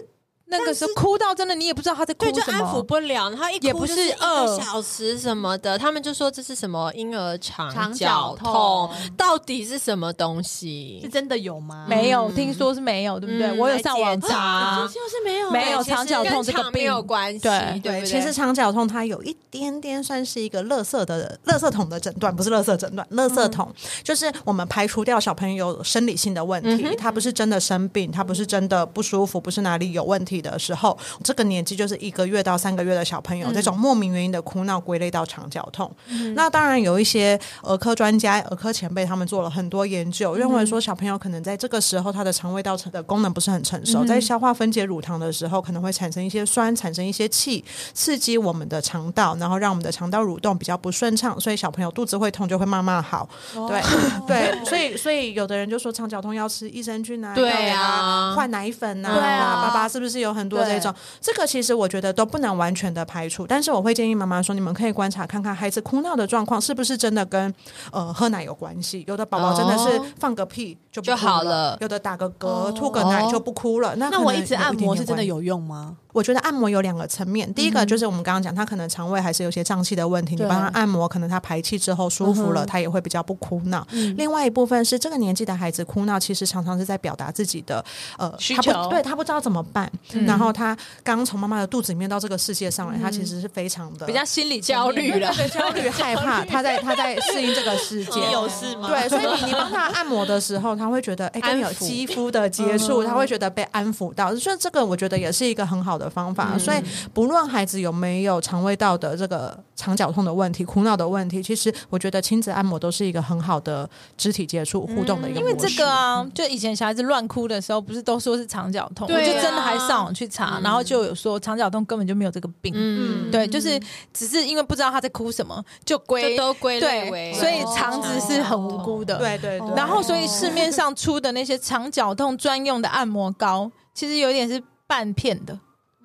C: 那个时候哭到真的，你也不知道他在哭
A: 对，就
C: 什
A: 安抚
C: 么。
A: 不了，然后一
C: 也
A: 哭
C: 不
A: 就是是一
C: 饿
A: 个小时什么的，他们就说这是什么婴儿肠
B: 肠
A: 绞
B: 绞
A: 痛
B: 痛，
A: 到底是什么东
B: 是
A: 西？
B: 真的有吗？
C: 没有，听说是没有，对不对？
A: 嗯
C: 我有上网 查
B: 啊，，就是没有，
C: 没有
A: 其实
C: 肠绞痛这
A: 跟
C: 个
A: 肠没有
C: 病
A: 关系，
C: 对
A: 对不对，
D: 其实肠绞痛它有一点点算是一个垃圾的垃圾桶的诊断，不是垃圾诊
A: 嗯
D: 断，垃圾桶、就是我们排除掉小朋友生理性的问
A: 嗯
D: 题，他不是真的生病，他不是真的不舒服，不是哪里有问题的时候，这个年纪就是一个月到三个月的小朋
A: 嗯
D: 友，这种莫名原因的哭闹归类到肠绞痛。那当然有一些儿科专家、儿科前辈他们做了很多研
A: 嗯
D: 究，认为说小朋友可能在这个时候他的肠胃道的功能不是很成
A: 嗯
D: 熟，在消化分解乳糖的时候，可能会产生一些酸，产生一些气，刺激我们的肠道，然后让我们的肠道蠕动比较不顺畅，所以小朋友肚子会痛就会慢慢好。
B: 哦
D: 对 对，所以所以有的人就说肠绞痛要吃益生菌啊，
A: 对啊
D: 要给他换奶粉啊，
B: 对啊
D: 爸爸是不是有很多这种？这个其实我觉得都不能完全的排除，但是我会建议妈妈说，你们可以观察看看孩子哭闹的状况是不是真的跟呃喝奶有关系。有的宝宝真的是
A: 哦
D: 放个屁就不
A: 就
D: 哭
A: 好了
D: 了，有的打个嗝吐个奶就不哭了。那
B: 哦那
D: 那
B: 我一直按摩是真的有用吗？
D: 我觉得按摩有两个层面，第
C: 嗯
D: 一个就是我们刚刚讲，他可能肠胃还是有些胀气的问题，你
B: 对
D: 帮他按摩，可能他排气之后舒服
C: 嗯
D: 了，他也会比较不哭闹。另外一部分是这个年纪的孩子哭闹，其实常常是在表达自己的呃
C: 需
D: 他不
C: 求嗯
D: 对他不知道怎么办，然后他刚从妈妈的肚子里面到这个世界上来，他其实是非常的
C: 比较心理焦虑了。
D: 焦虑害怕，他在他在适应这个世 界。
C: 哦
B: 你有事吗？
D: 对，所以你你帮他按摩的时候，他会觉得哎、跟你有
A: 安抚
D: 肌肤的接触，他会觉得被安抚到，所以这个我觉得也是一个很好的方法。所以不论孩子有没有肠胃道的这个肠绞痛的问题、哭闹的问题，其实我觉得亲子按摩都是一个很好的肢体接触互动的一个
C: 因
D: 模式、
C: 为这个啊，就以前小孩子乱哭的时候，不是都说是肠绞痛，我
A: 对啊
C: 就真的还上网去查，然后就有说肠绞痛根本就没有这个病，
A: 嗯，
C: 对，就是只是因为不知道他在哭什么，就归
A: 就都归类为哦
C: 对，所以肠子是很无辜的，
D: 嗯对对对，
C: 然后，所以市面上出的那些肠绞痛专用的按摩膏，其实有点是半片的，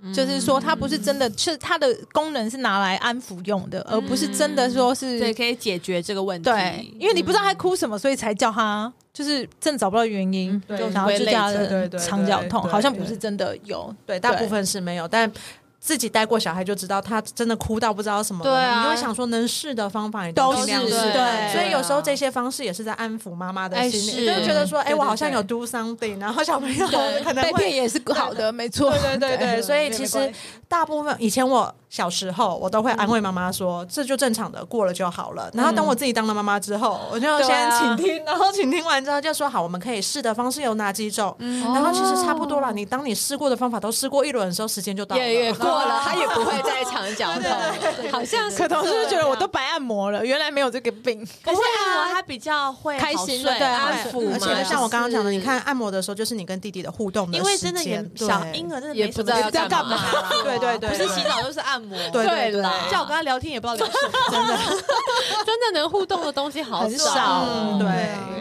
A: 嗯
C: 就是说
B: 嗯
C: 它不是真的，是它的功能是拿来安抚用的，而不是真的说是
B: 对，可以解决这个问题。
C: 对，因为你不知道他哭什么，所以才叫他就是真的找不到原因，
D: 对
C: 就然后就叫他
D: 对对对
C: 的
D: 对
C: 肠绞痛，
D: 对
C: 好像不是真的有。
D: 对大部分是没有，但。自己带过小孩就知道，他真的哭到不知道什么了，
A: 对啊
D: 你就会想说能试的方法你
C: 都
D: 尽量
C: 是
D: 试
C: 对啊
A: 对
D: 所以有时候这些方式也是在安抚妈妈的
A: 哎
D: 心
A: 是
D: 理，就觉得说，哎，
B: 对
D: 我好像
B: 对
D: 有 do something，然后小朋友
C: 对
D: 可能
C: 被
D: 会。
C: 骗也是好的，没错。
D: 对对对对，所以其
C: 没
D: 实
C: 关系
D: 大部分以前我小时候，我都会安慰妈妈说，这就正常的，过了就好了。然后等我自己当了妈妈之后，我就
C: 对
D: 先
C: 啊
D: 倾听，然后倾听完之后就说好，我们可以试的方式有哪几种？然后其实差不多了。你当你试过的方法都试过一轮的时候，时间就到了。
A: 也嗯也过
B: 嗯
A: 了，他也不会再肠绞痛了，好像
C: 可同事觉得我都白按摩了，原来没有这个病。
B: 可是按摩它比较会
C: 开
B: 好
C: 心
B: 睡
C: 的对
B: 啊
A: 安抚嘛
D: 而且就像我刚刚讲
A: 就
D: 的，
A: 是
D: 你看按摩的时候，就是你跟弟弟的互动的
B: 因
D: 时间，
B: 为真的也
D: 对
B: 小婴儿真的
A: 也
B: 没
A: 不
B: 什
A: 知道
B: 么
A: 要干嘛
B: 啦
D: 对对对
B: 不
D: 对
B: 是洗澡就是按摩。
D: 对对对
A: 对啦
B: 叫我跟他聊天也不知道聊什么，
A: 真的能互动的东西好
C: 很少
A: 哦
D: 嗯对
A: 啊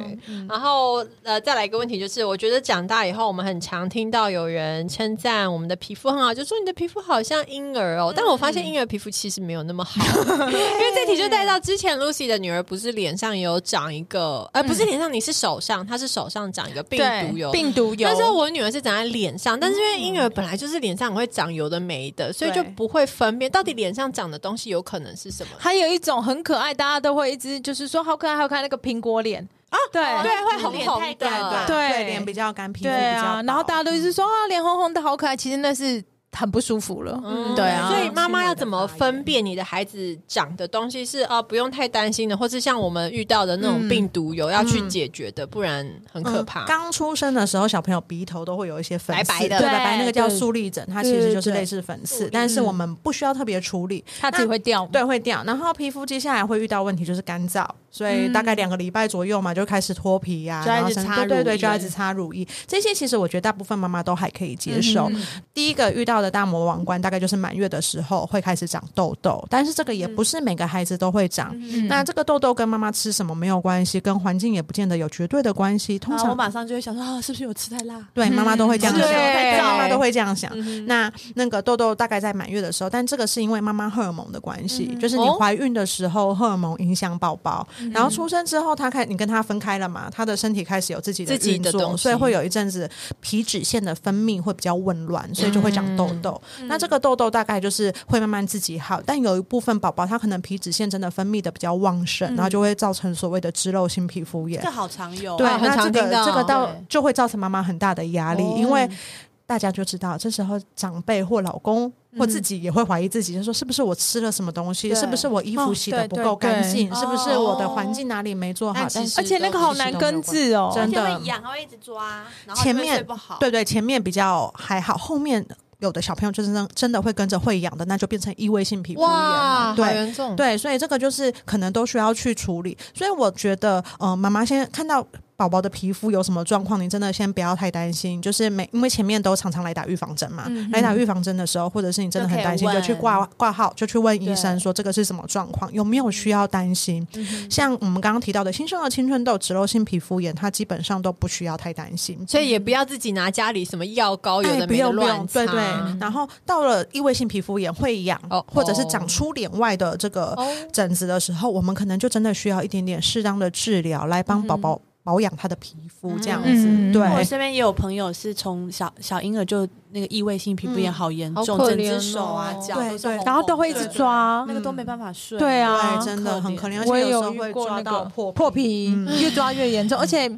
A: 然后呃，再来一个问题就是，我觉得长大以后，我们很常听到有人称赞我们的皮肤很好，就说你的皮肤好像婴儿
C: 嗯
A: 哦。但我发现婴儿皮肤其实没有那么 好，因为这题就带到之前 Lucy 的女儿不是脸上也有长一个，呃，不是脸上，你是手上，她是手上长一个病毒疣。
C: 嗯病毒有，
A: 那时候我女儿是长在脸上，但是因为婴儿本来就是脸上很会长有的没的，所以就
C: 嗯
B: 对
A: 不会分辨到底脸上长的东西有可能是什么。
C: 还有一种很可爱，大家都会一直就是说好可爱，好可爱那个苹果脸啊，对
A: 对，会红
B: 脸
A: 红
B: 太干
A: 的
B: 了，
D: 对
C: 对
D: 脸比较干，皮肤
C: 对
D: 比较嗯薄
C: 啊，然后大家都一直说啊脸红红的好可爱，其实那是很不舒服了。
A: 嗯
C: 对啊
A: 所以妈妈要怎么分辨你的孩子长的东西是啊、不用太担心的，或是像我们遇到的那种病毒有要去解决的，不然很可怕。
D: 嗯刚出生的时候，小朋友鼻头都会有一些粉刺，
A: 白白的
D: 对白白
C: 对
D: 那个叫
C: 对
D: 粟粒疹，它其实就是类似粉刺，但是我们不需要特别处理，
C: 它自己会掉，
D: 对，会掉。然后皮肤接下来会遇到问题就是干燥，所以大概两个礼拜左右嘛，就开始脱皮呀、啊，
B: 嗯就要
D: 然后
B: 一直
D: 甚
B: 擦
D: 对对对，
B: 乳
D: 就要一
B: 液
D: 直擦乳液。这些其实我觉得大部分妈妈都还可以接
B: 嗯
D: 受。第一个遇到的大魔王关大概就是满月的时候会开始长痘痘，但是这个也
B: 嗯
D: 不是每个孩子都会长。那这个痘痘跟妈妈吃什么没有关系，跟环境也不见得有绝对的关系。通
B: 然后
D: 常
B: 我马上就会想说，啊，是不是我吃太辣？
D: 对，妈妈都会这样
A: 嗯
C: 是
D: 想，
C: 对
D: 妈妈都会这样想。那那个痘痘大概在满月的时候，但这个是因为妈妈荷尔蒙的关系，就是你
A: 哦嗯
D: 怀孕的时候荷尔蒙影响宝宝，然后出生之后他开你跟他分开了嘛，他的身体开始有自己的
A: 自己
D: 运
A: 的
D: 作，
A: 东西
D: 所以会有一阵子皮脂腺的分泌会比较紊乱，所以就会
A: 嗯
D: 长痘痘。那这个痘痘大概就是会慢慢自己好，但有一部分宝宝他可能皮脂腺真的分泌的比较旺
A: 嗯
D: 盛，然后就会造成所谓的脂漏性皮肤炎
B: 这。好常有，
D: 对，
A: 啊很
D: 哦那
A: 常
D: 这个
A: 听到
D: 这个到
B: 对
D: 就会造成妈妈很大的压力，
B: 哦
D: 因为大家就知道，这时候长辈或老公或自己也会怀疑自己，就说是不是我吃了什么东西，
B: 对
D: 是不是我衣服
C: 哦
D: 洗的
C: 对
D: 不
C: 对
D: 够干
C: 对
D: 净，是不是我的
B: 哦
D: 环境哪里没做好
B: 但？其
D: 但
B: 实
D: 是
C: 而且那个好难根治哦，
D: 真的
B: 而且会痒，它会一直抓，然后
D: 前
B: 就会
D: 面
B: 睡不好，
D: 对对，前面比较还好，后面有的小朋友就是真的真的会跟着会痒的，那就变成异位性皮肤炎了
A: 哇，。好
D: 对，
A: 严重。
D: 对，所以这个就是可能都需要去处理。所以我觉得，呃，妈妈先看到宝宝的皮肤有什么状况，你真的先不要太担心。就是每因为前面都常常来打预防针嘛，
A: 嗯
D: 来打预防针的时候，或者是你真的
B: 就
D: 很
B: 可以
D: 担心，就去
B: 问
D: 挂挂号，就去问医
B: 对
D: 生说这个是什么状况，有没有需要担心。
A: 嗯
D: 像我们刚刚提到的新生儿青春痘、脂漏性皮肤炎，它基本上都不需要太担心。
A: 所以也不要自己拿家里什么药膏哦有
D: 哎
A: 的
D: 不
A: 没的
D: 用不
A: 乱
D: 用，
A: 擦
D: 对对。然后到了异位性皮肤炎会痒
A: 哦，
D: 或者是长出脸外的这个
A: 哦
D: 疹子的时候，我们可能就真的需要一点点适当的治疗来帮宝宝保养他的皮肤，这样子。
C: 嗯
D: 对
B: 因为我身边也有朋友是从小小婴儿就那个异位性皮肤
D: 嗯
B: 炎好严
A: 好
B: 重，
A: 可
B: 整
A: 怜
B: 只
A: 哦
B: 手啊脚
D: 对
B: 都是
D: 对
B: 红红的
D: 然
C: 然后都会一直，抓
B: 那。个都没办法睡。
C: 对啊
D: 对，真的很可怜，而
C: 我
D: 且有
C: 也
D: 时
C: 有
D: 候
C: 遇
D: 会
C: 过
D: 抓
C: 那
D: 到
C: 个
D: 破嗯
C: 破皮，越抓越严重，而且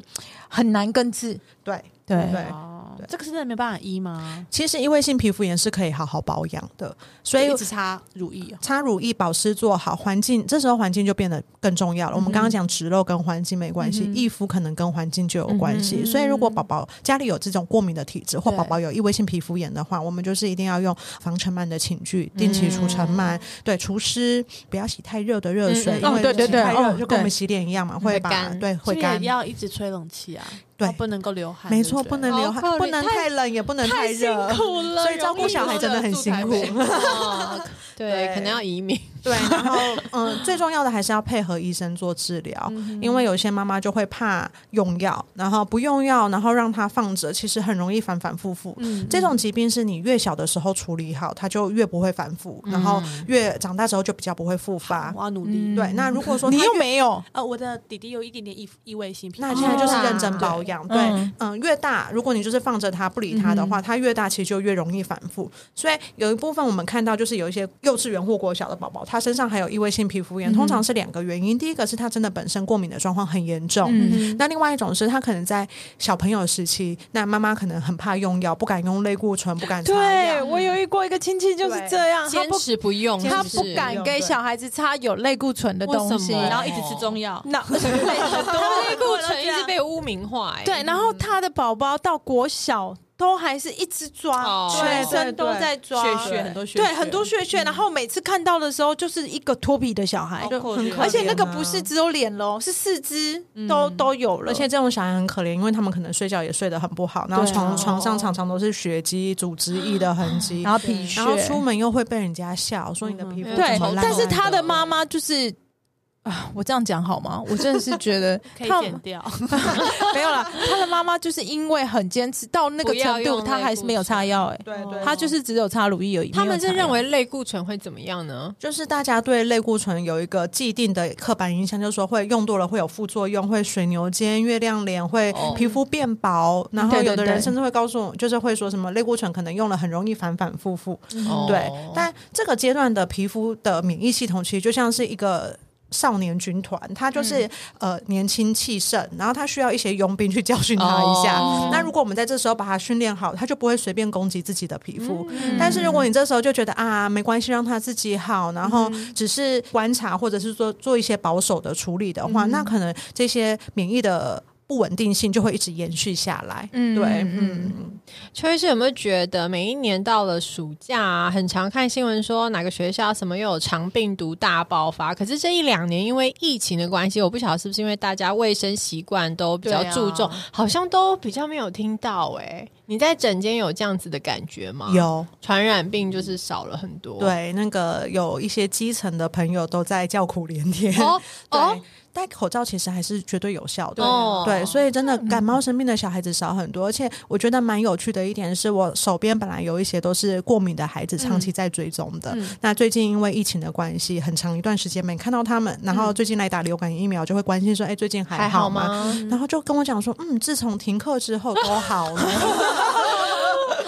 C: 很难根治。
D: 对
C: 对
D: 对。
B: 哦这个是真的没办法医吗？
D: 其实异位性皮肤炎是可以好好保养的，所以
B: 就一直擦乳液哦，
D: 擦乳液、保湿做好，环境这时候环境就变得更重要了。我们刚刚讲植肉跟环境没关系，易肤可能跟环境就有关系。所以如果宝宝家里有这种过敏的体质，或
B: 对
D: 宝宝有异位性皮肤炎的话，我们就是一定要用防尘螨的寝具，定期除尘螨，对除湿，不要洗太热的热
A: 嗯
D: 水，
A: 嗯
D: 因为
C: 哦对对
D: 洗
C: 对
D: 太热
C: 哦
D: 就跟我
C: 对
D: 们洗脸一样嘛，会
A: 会
D: 把
A: 干
D: 对会
B: 是不是
D: 干
B: 也。要一直吹冷气啊，
D: 对
B: 哦不能够流汗，
D: 没错，
B: 对
D: 不
B: 对
D: 能
A: 好
D: 流汗
A: 可，
D: 不
A: 怜
D: 能
A: 太
D: 太冷，也不能太热。
A: 苦了
D: 所以照顾小孩真的很辛苦。
A: 哦 对，可能要移民。
D: 对，然后嗯，最重要的还是要配合医生做治疗，
C: 嗯
B: 嗯
D: 因为有些妈妈就会怕用药，然后不用药，然后让它放着，其实很容易反反复复。
C: 嗯
B: 嗯
D: 这种疾病是你越小的时候处理好，它就越不会反复，然后
C: 嗯
D: 越长大之后就比较不会复发。
B: 我要努力。
D: 对，那如果说
C: 啊嗯你
D: 它
C: 又
D: 越
C: 没有，
B: 呃，我的弟弟有一点点异异位性皮哦肤
D: 那
B: 炎，
D: 现在就是认真保养，对，
C: 嗯
D: 嗯、越大，如果你就是放着它不理它的话，它越大其实就越容易反复。所以有一部分我们看到就是有一些幼稚园或国小的宝宝，他身上还有异位性皮肤炎，通常是两个原因，第一个是他真的本身过敏的状况很严重，
C: 嗯
D: 那另外一种是他可能在小朋友时期，那妈妈可能很怕用药，不敢用类固醇，不敢擦药
C: 对，我有遇过一个亲戚就是这样，他
A: 坚
C: 不
A: 持不用，
C: 他
A: 是
C: 不
A: 是
C: 敢给小孩子擦有类固醇的东
A: 为
C: 西
A: 什，么
B: 然后一直吃中药，
C: 那
A: 他们内裤唇一直被污名化，哎，
C: 对，然后他的宝宝到国小都还是一直抓，
A: 哦
C: 全身都在抓
B: 血血很多血
C: 对，
B: 血
C: 很多血血。然后每次看到的时候，就是一个脱皮的小
D: 嗯
C: 孩，
B: 好哦可怜
C: 而且那个不是只有脸喽，是四肢都都有了，
D: 而且这种小孩很可怜，因为他们可能睡觉也睡得很不好，然后
C: 对啊
D: 床床上常常都是血迹、组织液的痕迹，
C: 然后皮屑，
D: 然后出门又会被人家笑，说你的皮肤
A: 嗯
D: 怎
C: 对
D: 么烂，
C: 但是
D: 烂的
C: 他的妈妈就是啊，我这样讲好吗？我真的是觉得
B: 可以
C: 他
B: 剪掉。
C: 没有啦，他的妈妈就是因为很坚持到那个
A: 不要
C: 程度，
A: 用
C: 他
A: 类
C: 还是
A: 固
C: 没有擦药哎、
D: 对对，
C: 他就是只有擦乳液而已。
A: 他们
C: 没有
A: 是
C: 擦药
A: 认为类固醇会怎么样呢？
D: 就是大家对类固醇有一个既定的刻板印象，就是说会用多了会有副作用，会水牛肩、月亮脸，会
A: 哦
D: 皮肤变薄。然后
C: 对对
D: 有的人
C: 对
D: 甚至会告诉我，就是会说什么类固醇可能用了很容易反反复复。
A: 哦
D: 对，但这个阶段的皮肤的免疫系统其实就像是一个。少年军团，他就是、
A: 嗯
D: 呃年轻气盛，然后他需要一些佣兵去教训他一下。
A: 哦
D: 那如果我们在这时候把他训练好，他就不会随便攻击自己的皮肤。
A: 嗯
D: 但是如果你这时候就觉得啊没关系，让他自己好，然后
A: 嗯
D: 只是观察或者是做做一些保守的处理的
A: 嗯
D: 话，那可能这些免疫的不稳定性就会一直延续下来。
C: 嗯
D: 对，
C: 嗯
D: 嗯。
A: 邱医师有没有觉得每一年到了暑假、啊，很常看新闻说哪个学校什么又有肠病毒大爆发？可是这一两年因为疫情的关系，我不晓得是不是因为大家卫生习惯都比较
B: 对啊
A: 注重，好像都比较没有听到哎、你在诊间有这样子的感觉吗？
D: 有
A: 传染病就是少了很多。
D: 对，那个有一些基层的朋友都在叫苦连天。
A: 哦
D: 对
A: 哦，
D: 戴口罩其实还是绝对有效的。
A: 哦
D: 对，所以真的感冒生病的小孩子少很多，而且我觉得蛮有趣的一点是我手边本来有一些都是过敏的孩子，长
A: 嗯
D: 期在追踪的。那最近因为疫情的关系，很长一段时间没看到他们，然后最近来打流感疫苗，就会关心说：“哎、最近还
A: 嗯还好
D: 好吗？”
A: 吗？哦
D: 然后就跟我讲说：“嗯，自从停课之后都好了。”
B: 啊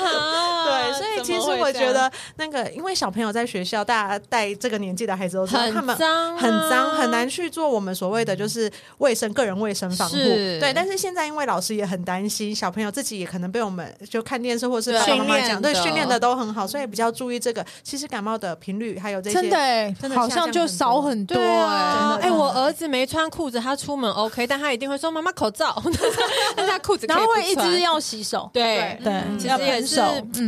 A: 啊
D: 对，所以其实我觉得那个，因为小朋友在学校，大家带这个年纪的孩子都知道，他
A: 很
D: 们
A: 脏啊，嗯
D: 很脏，很难去做我们所谓的就是卫生、个人卫生防护。
A: 是
D: 对，但是现在因为老师也很担心，小朋友自己也可能被我们就看电视或是
A: 对
D: 爸爸妈妈讲，
A: 训练
D: 对
A: 的
D: 训练的都很好，所以比较注意这个。其实感冒的频率还有这些，
C: 真的哎、
D: 真的
C: 好
D: 下降
C: 像就
D: 很
C: 少
D: 多
C: 很多
A: 对啊
C: 哎、，
A: 哎、我儿子没穿裤子，他出门 OK，但他一定会说妈妈口罩， 但是他 裤子可以
C: 然后
A: 不
C: 会一
A: 穿
C: 直要洗手，
A: 对
C: 对
A: 其
C: 要
A: 实也
C: 喷
A: 是
C: 手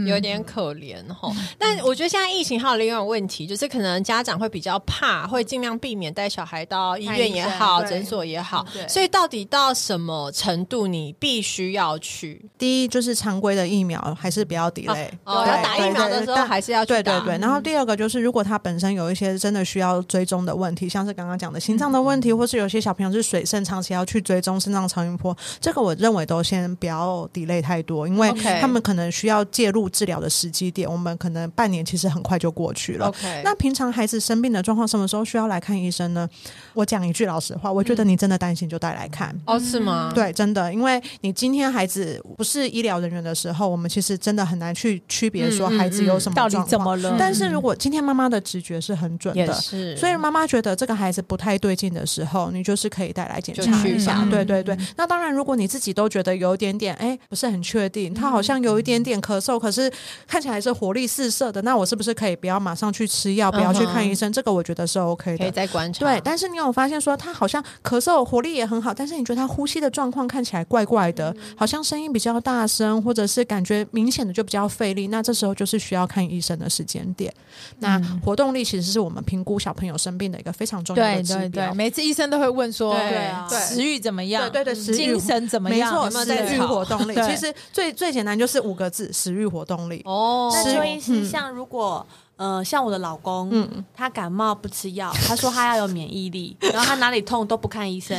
A: 有点可怜哈。但我觉得现在疫情还有另外一个问题，就是可能家长会比较怕，会尽量避免带小孩到医院也好、
B: 看医生对
A: 诊所也好。
B: 对
A: 所以到底到什么程度你必须要去？
D: 第一就是常规的疫苗还是不要抵赖。
A: 哦，
D: 对
A: 要打疫苗的时候还啊是要去
D: 对
A: 打嗯
D: 对对，然后第二个就是，如果他本身有一些真的需要追踪的问题，像是刚刚讲的心脏的问
A: 嗯
D: 题，或是有些小朋友是水肾，长期要去追踪肾脏超音波，这个我认为都先不要 delay 太多，因为
A: OK
D: 他们可能需要介入治疗的时机点，我们可能半年其实很快就过去了。
A: OK，
D: 那平常孩子生病的状况，什么时候需要来看医生呢？我讲一句老实话，我觉
A: 嗯
D: 得你真的担心就带来看。
A: 哦是吗？
D: 对，真的，因为你今天孩子不是医疗人员的时候，我们其实真的很难去区别说
A: 嗯嗯
D: 孩子有什么
C: 到
D: 状况。
C: 底怎么
B: 嗯
C: 了？
D: 但是如果今天妈妈的直觉是很准
A: 也
D: 的，
A: 是，
D: 所以妈妈觉得这个孩子不太对劲的时候，你就是可以带来检
A: 就
D: 查
A: 去嗯
D: 一下。
A: 吧
D: 对对对。那当然，如果你自己都觉得有一点点，哎，不是很确定，他好像有一点点咳嗽，可是看起来是活力四射的，那我是不是可以不要马上去吃药，不要去看医
A: 嗯
D: 生？这个我觉得是 OK
A: 可以
D: 的。
A: 再观察。
D: 对，但是你有发现说他好像咳嗽活力也很好，但是你觉得他呼吸的状况看起来怪怪的，好像声音比较大声，或者是感觉明显的就比较费力，那这时候就是需要看医生的时间点。那活动力其实是我们评估小朋友生病的一个非常重要的
C: 对
D: 指
C: 对
D: 标
C: 对，。每次医生都会问说，
A: 对
B: 啊
D: 啊对
C: 食欲怎么样？
D: 对对对食欲
C: 精神怎么
D: 没
C: 样？
D: 错，
A: 没有
D: 食
A: 在
D: 欲
A: 吵
D: 活动力
C: 对
D: 其实最最简单就是五个字：食欲活动力。
A: 哦，
B: 那
D: 是
B: 邱医师，像如果呃，像我的老公，
D: 嗯
B: 他感冒不吃药，他说他要有免疫 力，然后他哪里痛都不看医生，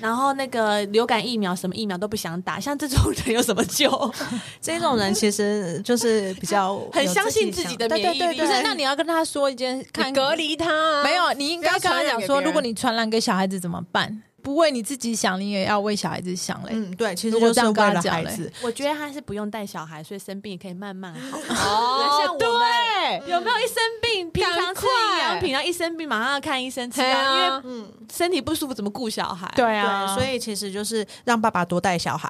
B: 然后那个流感疫苗什么疫苗都不想打，像这种人有什么救？
D: 啊这种人其其实就是比 较
B: 很
D: 有
B: 相信
D: 自
B: 自己
D: 己
B: 的
D: 想
B: 免疫
D: 对
B: 力
D: 对
C: 不
D: 对
C: 是，
D: 对
C: 那你要跟他说一件，看
A: 看隔离他啊
C: 没有，你应该
A: 不要
C: 跟他
A: 传染
C: 讲
A: 给
C: 说，
A: 别人
C: 如果你传染给小孩子怎么办？不为你自己想，你也要为小孩子想嘞。
D: 嗯，对，其实
C: 如果
D: 就
C: 这
D: 是
C: 样
D: 为
C: 跟他
D: 了
C: 讲
D: 孩
C: 嘞
D: 子，
B: 我觉得他是不用带小孩，所以生病也可以慢慢 好。
A: 哦，
B: 像我
A: 对，
B: 有没有一生病，平常吃营
A: 赶快
B: 养品，然后一生病马上要看医生吃
A: 对
B: 药，因为
A: 啊，
D: 嗯，
B: 身体不舒服怎么顾小孩？
C: 哎对
D: 对，啊所以其实就是让爸爸多带小 孩，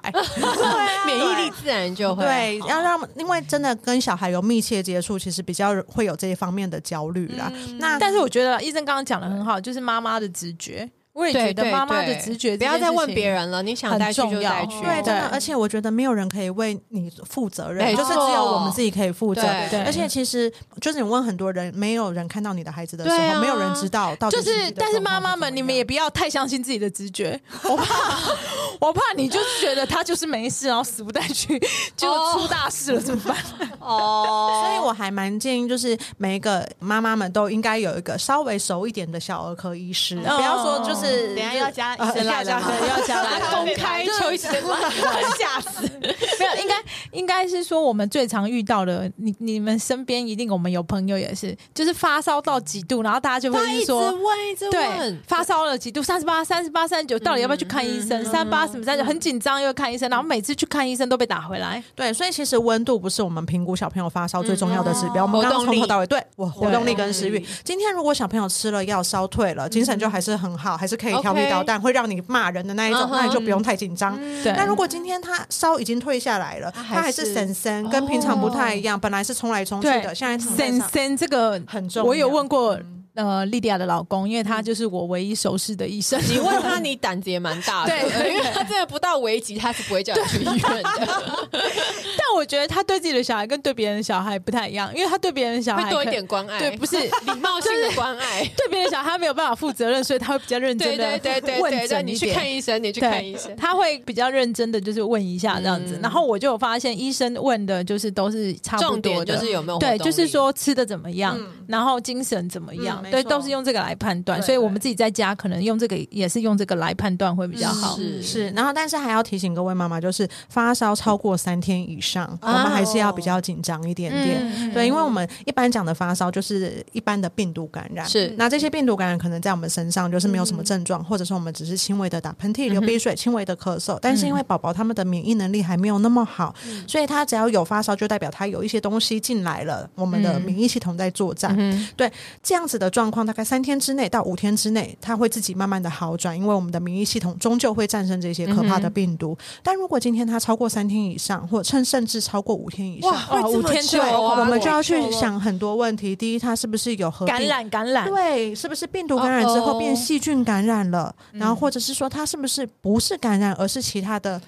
A: 免疫力自然就会
C: 啊
D: 对，
A: 好
D: 要让因为真的跟小孩有密切接触，其实比较会有这一方面的焦虑啦。那
C: 嗯但是我觉得医生刚刚讲的很好，就是妈妈的直觉。我也觉
A: 对
C: 得
A: 对
C: 妈妈
A: 对
C: 的直觉，
A: 不要再问别。人了，你想
C: 很
A: 带去就
C: 重要
A: 带去。
D: 对，真的，
C: 对
D: 而且我觉得没有人可以为你负责任，
A: 没
D: 就是只
A: 错
D: 有我们自己可以负责。
A: 对
C: 对
D: 而且其实就是你问很多人，没有人看到你的孩子的时
A: 对
D: 候，
A: 啊
D: 没有人知道到底
C: 就是
D: 你的
C: 是，但是
D: 状况
C: 妈妈
D: 怎么
C: 们，你
D: 样
C: 们也不要太相信自己的直觉，我怕 我怕你就是觉得他就是没事，然后死不带去，结
D: 哦
C: 果出大事了怎么办？
A: 哦，
D: 所以我还蛮建议，就是每一个妈妈们都应该有一个稍微熟一点的小儿科医师，
B: 哦
D: 不要说就是
B: 等一下要加医生来
D: 嗯啊要
B: 了
D: 加
B: 吗
D: 要加
C: 来
D: 来
C: 公开
B: 啊
C: 求医生， 吓死！没有，应该应该是说我们最常遇到的，你你们身边一定我们有朋友也是，就是发烧到几度，然后大家就
A: 他
C: 会
A: 一直
C: 说。
A: 问，一直
C: 对
A: 问，，嗯
C: 发烧了几度？三十八、三十八、三十九，到底要不要去看医生？三八什么三九，很紧张又看医生，然后每次去看医生都被打回来。
D: 对，所以其实温度不是我们评估小朋友发烧最重要的指标。
A: 嗯
D: 我们刚刚
A: 活动力
D: 从头到尾，对我活动力跟食
B: 活
D: 欲
B: 动。
D: 今天如果小朋友吃了药烧退了，精神就还是很好，还是可以调皮捣蛋，会让你骂人的那一种
A: 嗯嗯，哼嗯
D: 那你就不用太紧张。
C: 对，
D: 那如果今天他烧已经退下来了，
A: 还是哦
D: 他还是神神，跟平常不太一样，本来是冲来冲去的，
C: 对
D: 现在
A: 嗯
D: 躺在
C: 森
D: 上
C: 森这个
D: 很重要
C: 我有问过呃莉迪亚的老公，因为他就是我唯一熟识的医生。
A: 你问他，你胆子也蛮大的，
C: 对对
A: 因为他真的不到危急，他是不会叫你去医院的，
C: 但我觉得他对自己的小孩跟对别人的小孩不太一样，因为他对别人的小孩
A: 会多一
C: 可
A: 点关爱，
C: 对，不是
A: 礼貌性的关爱。
C: 对别人的小孩他没有办法负责任，所以他会比较认
A: 对
C: 真
A: 对
C: 的
A: 对对对
C: 问
A: 对，
C: 诊
A: 你
C: 一
A: 去
C: 点
A: 看。医生，你去
C: 对
A: 看医生。
C: 他会比较认真的，就是问一下这样子，
A: 嗯
C: 然后我就有发现，医生问的就是都是差不
A: 重
C: 多
A: 点
C: 的，
A: 就是有没有活
C: 对，
A: 动
C: 就是
A: 力，
C: 说吃的怎么样，
D: 嗯
C: 然后精神怎么样，
D: 嗯没
C: 对，
D: 错
C: 都是用这个来判断。
D: 对
C: 所以我们自己在家可能用这个，也是用这个来判断会比较好。
A: 是
D: 是，然后但是还要提醒各位妈妈，就是发烧超过三天以上，我
A: 啊
D: 们还是要
A: 哦
D: 比较紧张一点
A: 嗯
D: 点。对，因为我们一般讲的发烧就是一般的病毒感染，
A: 是
D: 那这些病毒感染可能在我们身上就是没有什么症状，或者说我们只是轻微的打喷嚏、流鼻水、轻微的咳嗽，但是因为宝宝他们的免疫能力还没有那么好，所以他只要有发烧，就代表他有一些东西进来了，我们的免疫系统在作战。对，这样子的状况大概三天之内到五天之内，它会自己慢慢的好转，因为我们的免疫系统终究会战胜这些可怕的病毒。但如果今天它超过三天以上，或趁甚至超过五天以上，
C: 哇，
A: 会这
C: 五
A: 么
C: 天
A: 久
C: 就
A: 啊
C: 有
A: 哇
D: 哎我们就
A: 哇
D: 要去想很多问题。第一，它是不是有合并
C: 感？染感染，
D: 对，是不是病毒感染之后变细菌感染了？然后或者是说它是不是不是感染，而是其他的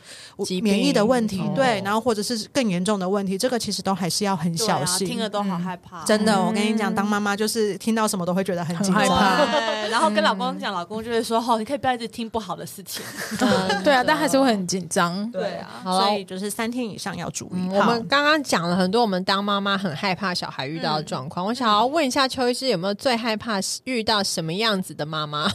A: 疾病
D: 免疫的问题？
A: 哦
D: 对，然后或者是更严重的问题，这个其实都还是要很
B: 对
D: 小
B: 啊
D: 心。嗯
B: 听了都好害怕哦，
D: 真的，我跟你讲，当妈妈就是听到什么都会觉得很紧
C: 很害怕
D: 张。
B: 对。 然后跟老
C: 嗯
B: 公讲，老公就会说：“哦，你可以不要一直听不好的事情。
C: 对啊，但还是会很紧张”。
B: 对啊，
A: 好嗯
D: 所以就是三天以上要注意。
A: 我们刚刚讲了很多，我们当妈妈很害怕小孩遇到的状况。我想要问一下邱医师，有没有最害怕遇到什么样子的妈 妈，或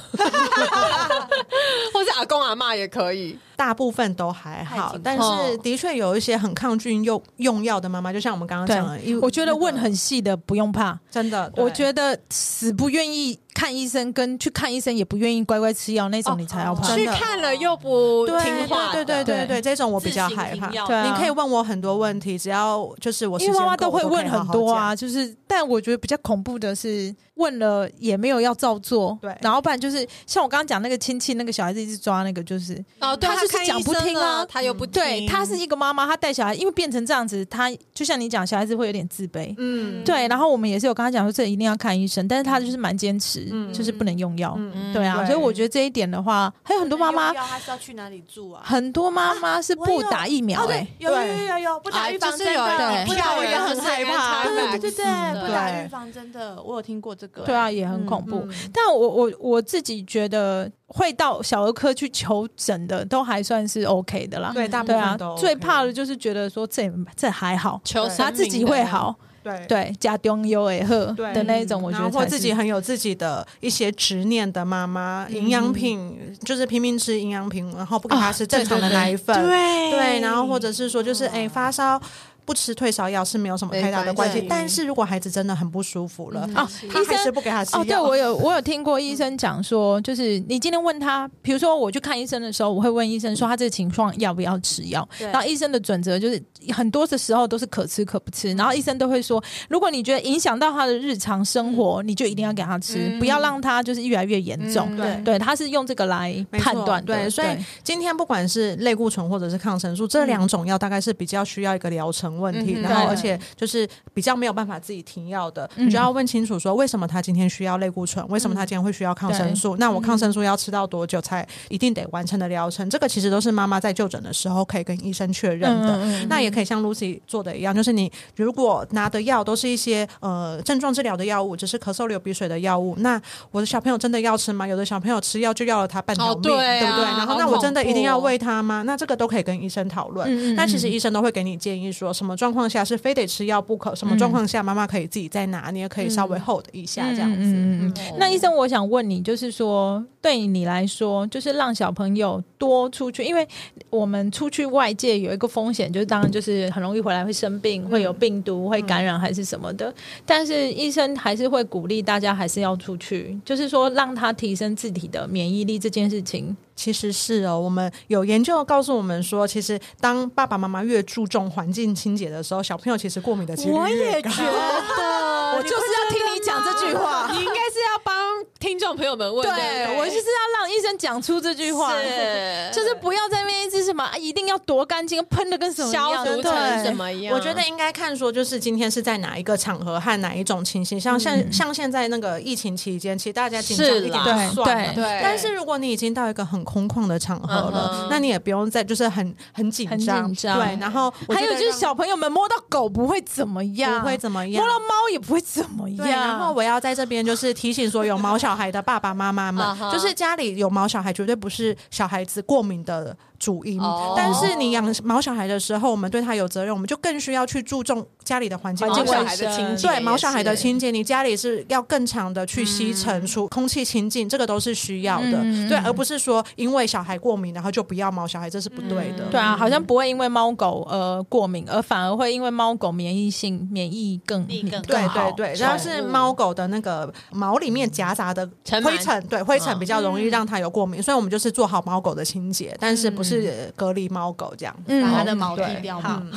A: 是阿公阿妈也可以？
D: 大部分都还好
B: 太，紧
D: 但
A: 张
D: 是的确有一些很抗菌用用药的妈妈，就像我们刚刚讲的，因为
C: 我觉得问很细的不用怕，
D: 真的，
C: 我
D: 得
C: 觉得死不愿意看医生，跟去看医生也不愿意乖乖吃药那种，你才要怕。
D: 真
A: 去
D: 的
A: 看了又不听话，
D: 对对对对对，这种我比较害怕
B: 自行停。药
C: 对啊
D: 你可以问我很多问题，只要就是我时
C: 因
D: 间
C: 为
D: 够
C: 妈妈都会问很多。
D: 我都可以好好讲
C: 啊，就是，但我觉得比较恐怖的是，问了也没有要照做，
D: 对
C: 然后不然就是像我刚刚讲那个亲戚，那个小孩子一直抓那个，就是
A: 哦，对
C: 他就是
A: 看医
C: 讲不
A: 生
C: 听啊
A: 了他又不听，
C: 对，他是一个妈妈，她带小孩，因为变成这样子，她就像你讲，小孩子会有点自卑，
D: 嗯，
C: 对。然后我们也是有跟他讲说，这一定要看医生，但是他就是蛮坚持，
D: 嗯
C: 就是不能用药，
D: 嗯
C: 对啊。
D: 对
C: 所以我觉得这一点的话，还 有很多妈妈
B: 用，药她是要去哪里住啊？
C: 很多妈妈是
B: 我
C: 不
B: 有
C: 打疫苗、
B: 哦，
C: 欸，
B: 对，有有有有有，不打
A: 啊
B: 预
A: 就
B: 防
A: 是
B: 针
A: 有
B: 的，
C: 对
B: 不
D: 票
B: 打
D: 人很害怕
B: 对对对
A: 嗯
B: 对，不打预防针的，我有听过这个。
C: 对啊，也很
B: 嗯
C: 恐怖。但我我我自己觉得会到小儿科去求诊的，都还算是 OK 的啦。
D: 对，大部
C: 对啊
D: 分都，
C: 最怕的就是觉得说这这还好，
A: 求
D: 对
A: 生
C: 他自己会好，
D: 对
C: 对，家中有也喝
D: 对
C: 的那一种，我觉
D: 然
C: 得
D: 后或
C: 才
D: 自
C: 是
D: 己很有自己的一些执念的妈妈，营养品就是拼命吃营养品，然后不给她吃正常的奶粉，
C: 对
D: 对，然后或者是说就是哎、发烧。不吃退烧药是没有什么太大的关系
A: 没关系，
D: 但是如果孩子真的很不舒服了，
C: 哦，
D: 他
C: 医
D: 还是
C: 生。
D: 不给他吃药。
C: 哦，对，我有我有听过医生讲说，就是你今天问他，比如说我去看医生的时候，我会问医生说他这个情况要不要吃药，
B: 对
C: 然后医生的准则就是很多的时候都是可吃可不吃，然后医生都会说，如果你觉得影响到他的日常生活，你就一定要给他吃，
A: 嗯
C: 不要让他就是越来越严重。
D: 对
C: 对，他是用这个来判断的
D: 没错对所以今天不管是类固醇或者是抗生素这两种药，大概是比较需要一个疗程问题，
C: 嗯哼
D: 然后
C: 对
D: 而且就是比较没有办法自己停药的，
C: 嗯
D: 你就要问清楚说为什么他今天需要类固醇，为什么他今天会需要抗生素？那我抗生素要吃到多久才一定得完成的疗程？这个其实都是妈妈在就诊的时候可以跟医生确认的。
C: 嗯
D: 那也可以像 Lucy 做的一样，就是你如果拿的药都是一些呃症状治疗的药物，只是咳嗽、流鼻水的药物，那我的小朋友真的要吃吗？有的小朋友吃药就要了他半条命，
A: 哦对啊
D: 不对？然后
A: 好
D: 那我真的
A: 恐
D: 一定要
A: 怖哦
D: 喂他吗？那这个都可以跟医生讨论。
C: 嗯嗯
D: 那其实医生都会给你建议说，什么状况下是非得吃药不
A: 嗯
D: 可，什么状况下妈妈可以自己再拿，你也可以稍微 hold 一下这样子。
C: 嗯嗯嗯
B: 哦
A: 嗯
C: 那医生，我想问你，就是说，对你来说，就是让小朋友多出去，因为我们出去外界有一个风险，就是当然就是很容易回来会生病，会有病毒，会感染还是什么的。但是医生还是会鼓励大家还是要出去，就是说让他提升自己的免疫力这件事情。
D: 其实是哦，我们有研究告诉我们说，其实当爸爸妈妈越注重环境清洁的时候，小朋友其实过敏的几率越高。
A: 得，
C: 我就是要听你讲这句话。
A: 你应该是要帮听众朋友们问的，
C: 对，我就是要让医生讲出这句 话，嗯
A: 是
C: 就是不要在那边一直什么，啊一定要多干净，喷的跟什么一
A: 消
C: 样
A: 毒
C: 对
A: 成什么样？
D: 我觉得应该看说，就是今天是在哪一个场合和哪一种情形，像像、像现在那个疫情期间，其实大家紧张
A: 是
D: 一点
A: 啦
D: 就算了。
C: 对
A: 对，
D: 但是如果你已经到一个很空旷的场合
A: 嗯
D: 了
A: 哼，
D: 那你也不用再就是很很紧张，
C: 很紧张
D: 对。然后我
C: 还
D: 觉
C: 有
D: 得
C: 就是
D: 让
C: 小朋友们摸到狗不会怎么样，
D: 不会怎么样
C: 摸到猫也不会怎么样。
D: 对，啊然后我要在这边就是提醒所有毛小孩的爸爸妈妈
A: 啊
D: 们
A: 哈，
D: 就是家里有毛小孩绝对不是小孩子过敏的主因
A: 哦，
D: 但是你养毛小孩的时候，我们对他有责任，我们就更需要去注重家里的环境
A: 毛
D: 卫
A: 小
D: 生。
A: 孩的清洁，
D: 对毛小孩的，清洁，你家里是要更长的去吸尘、除空气清净，这个都是需要的，
C: 嗯
D: 对，而不是说因为小孩过敏，然后就不要毛小孩，这是不对的。
C: 对啊，好像不会因为猫狗呃过敏，而反而会因为猫狗免疫性免疫更
B: 力更
D: 对
C: 好
D: 对对，然后是猫狗的那个毛里面夹杂的
A: 尘
D: 灰
A: 螨
D: 尘，对灰尘比较容易让它有过敏，所以我们就是做好猫狗的清洁，但是不是隔离猫狗这样。
C: 嗯
B: 把它的毛剃
C: 对
B: 掉
C: 好
B: 嘛。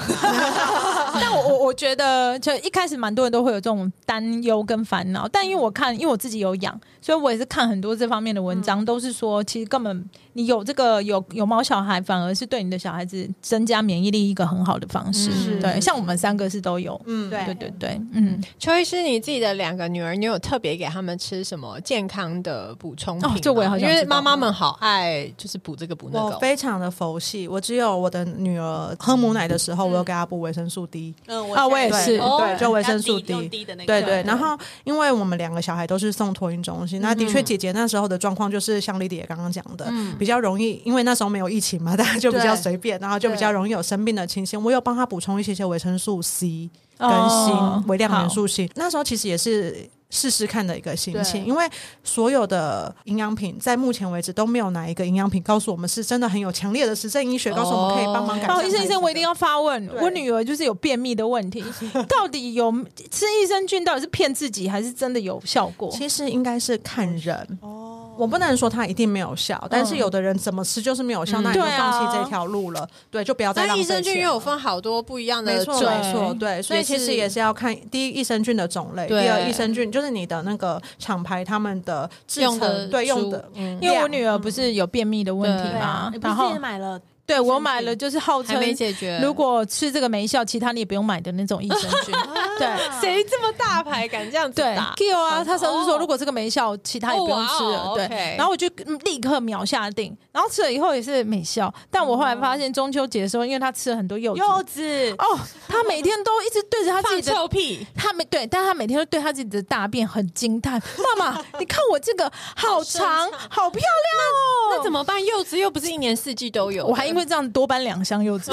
C: 但我我我觉得，就一开始蛮多人都会有这种担忧跟烦恼，但因为我看，因为我自己有养，所以我也是看很多这方面的文章，都是说其实根本你有这个有有毛小孩，反而是对你的小孩子增加免疫力一个很好的方式。
D: 嗯
C: 对，像我们三个是都有，
D: 嗯，
B: 对
C: 对对对，嗯。
A: 邱医师，你自己的两个女儿，你有特别给他们吃什么健康的补充品吗？
C: 哦这我也好
A: 因
C: 想
A: 为
C: 知道
A: 妈妈们好爱就是补这个补那
D: 我
A: 个。
D: 非常的佛系，我只有我的女儿喝母奶的时候，我有给她补维生素 D，
B: 嗯，
C: 啊我也
B: 现在
C: 是
A: 哦
D: 对，就维生素
B: 要低
D: D
B: 用。低的那个，
D: 对对，然后因为我们两个小孩都是送托婴中心，那的
C: 嗯
D: 确姐姐那时候的状况就是像丽丽也刚刚讲的，比较容易，因为那时候没有疫情嘛，大家就比较
C: 对
D: 随便，然后就比较容易有生病的情形。我有帮她补充一些些维生素 C 跟
C: 哦
D: 锌、微量元素锌，那时候其实也是。试试看的一个心情，
B: 对
D: 因为所有的营养品在目前为止都没有哪一个营养品告诉我们是真的很有强烈的实证医学告诉我们可以帮忙改善
C: 哦，
D: 孩
C: 医
D: 子的。
C: 生医生，我一定要发问，
D: 对
C: 我女儿就是有便秘的问题，到底有吃益生菌，到底是骗自己还是真的有效果？
D: 其实应该是看人哦，我不能说它一定没有效，但是有的人怎么吃就是没有
A: 嗯
D: 效，那你就
C: 对啊
D: 放弃这条路了，对，就不要再
A: 但
D: 浪
A: 益
D: 费
A: 生菌
D: 钱
A: 又
D: 了
A: 有分好多不一样
D: 没
A: 的
D: 错
A: 种，
D: 没错，对，所以其实也是要看第一益生菌的种类，第
A: 对
D: 二益生菌就是你的那个厂牌他们的制
A: 用
D: 成
A: 的
D: 对用
A: 猪
D: 的，
C: 因为我女儿不是有便秘的问题
A: 对
C: 嘛
B: 哎你，不
C: 然
B: 是
C: 后
B: 也买了？
C: 对我买了就是号
A: 还
C: 称
A: 没解决。
C: 如果吃这个没效，其他你也不用买的那种益生菌。
B: 啊
C: 对
A: 谁这么大牌敢这样子
C: 对
A: 打？
C: ，Q 啊，他上次说
A: 哦
C: 如果这个没效，其他也不用吃
A: 哦哇
C: 了。
A: 哦
C: 对
A: OK，
C: 然后我就嗯立刻秒下定，然后吃了以后也是没效。但我后来发现中秋节的时候，因为他吃了很多柚子，
B: 柚子，
C: 哦，他每天都一直对着他自己
A: 放
C: 的。
A: 臭屁，
C: 他每对，但他每天都对他自己的大便很惊叹。 妈妈，你看我这个好长，好漂亮哦！
A: 那怎么办？柚子又不是一年四季都有的，
C: 我还因为这样多搬两箱柚子，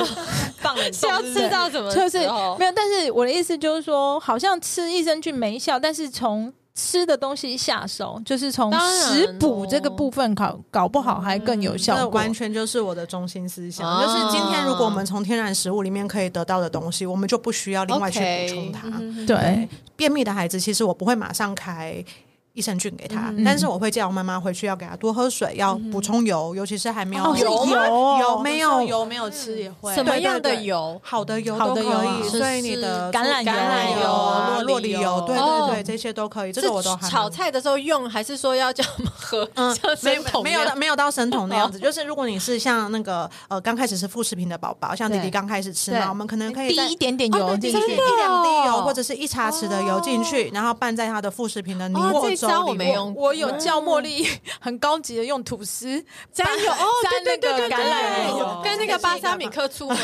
A: 放是要吃到什么时
C: 就
A: 候？
C: 是没有。但是我的意思就是说，好像吃益生菌没效，但是从吃的东西下手，就是从
A: 当然
C: 食补这个部分搞搞不好还更有效
D: 这
C: 果。
D: 完全就是我的中心思想，
A: 哦
D: 就是今天如果我们从天然食物里面可以得到的东西，我们就不需要另外去
A: 哦 OK
B: 嗯
D: 补充它。
C: 对
D: 便秘的孩子，其实我不会马上开。益生菌给他，
A: 嗯
D: 但是我会叫妈妈回去要给他多喝水，要补充油，尤其是还没有
C: 哦是油吗
D: 油没有
B: 油没有吃也会
A: 什么
D: 对
A: 样的
D: 对
A: 油？
D: 好的油
C: 好
D: 都
C: 的
D: 可
C: 油啊
D: 以，
A: 就是
D: 所以你的
A: 橄榄油
D: 油啊、
B: 洛
D: 洛
B: 梨
D: 梨
B: 油
D: 油，对
A: 哦
D: 对对，这些都可以，这个我都还
A: 是
D: 没
A: 炒菜的时候用，还是说要叫我们喝？
D: 嗯
A: 像，
D: 没
A: 生酮
D: 没有
A: 一样
D: 到没有到生酮 那样子，就是如果你是像那个呃刚开始是副食品的宝宝，像弟
C: 对
D: 弟刚开始吃
C: 对
D: 嘛，我们可能可以
C: 滴
D: 在
C: 一点点油进
D: 一
C: 去
A: 真。的
D: 一两滴油
A: 哦
D: 或者是一茶匙的油进去，然后拌在它的副食品的泥
A: 哦，
D: 沃
A: 这
D: 粥
A: 招我
D: 里
A: 没
D: 面
A: 用过。
C: 我有叫茉莉， 很高级的用吐司 加油哦
A: 加
C: 加那个橄榄
A: 对
C: 油，
A: 跟那个巴沙米克醋吗？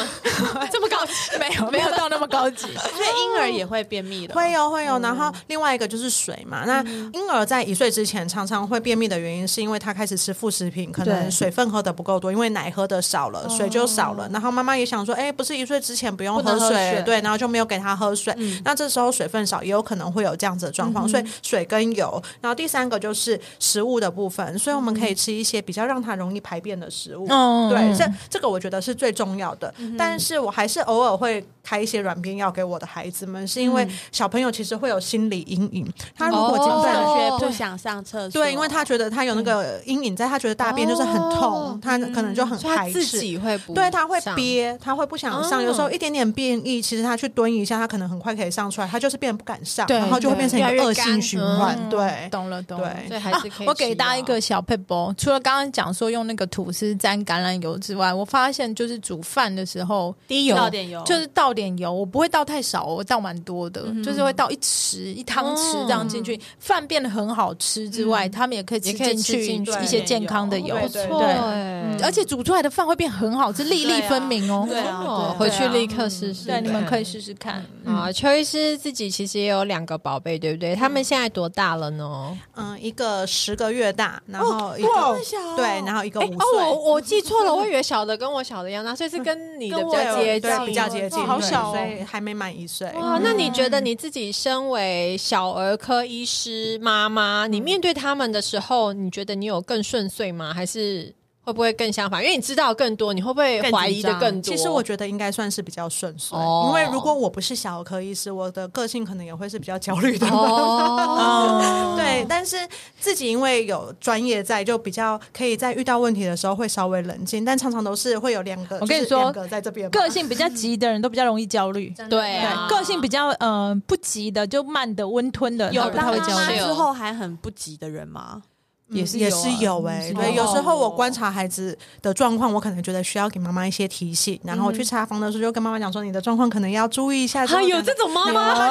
A: 这么高级？没有
C: 没有到那么高级。
B: 所以婴儿也会便秘的，
D: 会哦有会有，然后另外一个就是水嘛。那婴儿在一岁之前常常会便秘的原因，是因为他开始吃副食品，可
C: 对
D: 能水分喝的不够多，因为奶喝的少了，水就少了。然后妈妈也想说，哎，不是一岁之前不用
B: 不能
D: 喝
B: 喝水
D: 水，对，然后就没有给他喝水。那这时候水分少，也有可能会有这样子的状况。所以水跟油，然后第三个就是食物的部分，所以我们可以吃一些比较让他容易排便的食物。
C: 嗯
D: 对，这这个我觉得是最重要的。
A: 嗯
D: 但是我还是偶尔会开一些软便药给我的孩子们，是因
A: 嗯
D: 为小朋友其实会有心理阴影。他如果
A: 哦
D: 真的、
B: 小学
A: 对
B: 不想上厕所，
D: 对，因为他觉得他有那个阴影在，他觉得大便就是很
A: 哦
D: 痛，他可能就很
A: 所以他
D: 排
A: 自
D: 斥。
A: 己会不？
D: 对，他会。憋，他会不想上。
A: 哦
D: 有时候一点点便意，其实他去蹲一下，他可能很快可以上出来，他就是变得不敢上，
C: 对
D: 然后就会变成一
A: 对越来
D: 个
A: 越干
D: 恶性循环。
C: 嗯
D: 对，
C: 懂了懂了。
D: 对
A: 所以还是可以吃药、啊
C: 我给大家一个小 p e 除了刚刚讲说用那个吐司沾橄榄油之外，我发现就是煮饭的时候
A: 低
B: 倒点
A: 哦
B: 油，
C: 就是倒点油，我不会倒太少哦，我倒蛮多的，
A: 嗯
C: 就是会倒一匙一汤匙这样进去，饭变得很好吃之外，他们也可以吃
A: 哦嗯也可以
C: 进
A: 吃
C: 去
A: 进去
C: 一些健康的油
D: 对，
A: 不
D: 对
A: 错
C: 对
A: 哎、
C: 而且煮出来的饭会变很好吃，粒粒分明哦。
B: 对啊
A: 哦，
B: 对
A: 回
B: 啊
A: 去立刻试试、
C: 对，你们可以。试试看。
A: 啊，邱医师自己其实也有两个宝贝，对不对？他们现在多大了呢？
D: 嗯，一个十个月大，然后一个、
B: 哇小哦
D: 对，然后一个
A: 哎、
D: 五岁。
A: 哦，我我记错了，我以为小的跟我小的一样大，所以是跟你的
B: 跟
A: 比
B: 我
A: 较接
D: 对对
A: 近，
D: 比较接近，
C: 哇好
D: 对
C: 小哦
D: 所以还没满一岁。
A: 哇，那你觉得你自己身为小儿科医师妈妈，你面对他们的时候，你觉得你有更顺遂吗？还是会不会更相反？因为你知道更多，你会不会怀疑的更多？
D: 其实我觉得应该算是比较顺遂，
A: 哦
D: 因为如果我不是小儿科医师，我的个性可能也会是比较焦虑的。
A: 哦，
D: 对，但是自己因为有专业在，就比较可以在遇到问题的时候会稍微冷静，但常常都是会有两个，
C: 我跟你
D: 就是
C: 说
D: 两个在这边嘛
C: 个性比较急的人都比较容易焦虑，
A: 对啊
C: 对，个性比较呃不急的，就慢的、温吞的，
B: 有
C: 他不太
B: 当
C: 会
B: 妈
C: 焦
B: 妈
C: 虑。
B: 之后还很不急的人吗？
D: 嗯
C: 也是
D: 也
C: 有啊
D: 是有哎、
C: 嗯
D: 对，
B: 是
D: 有时候
B: 有
D: 我观察孩子的状况，我可能觉得需要给妈妈一些提醒，然后我去查房的时候就跟妈妈讲说，你的状况可能要注意一下。
A: 还啊有这种妈妈，
D: 妈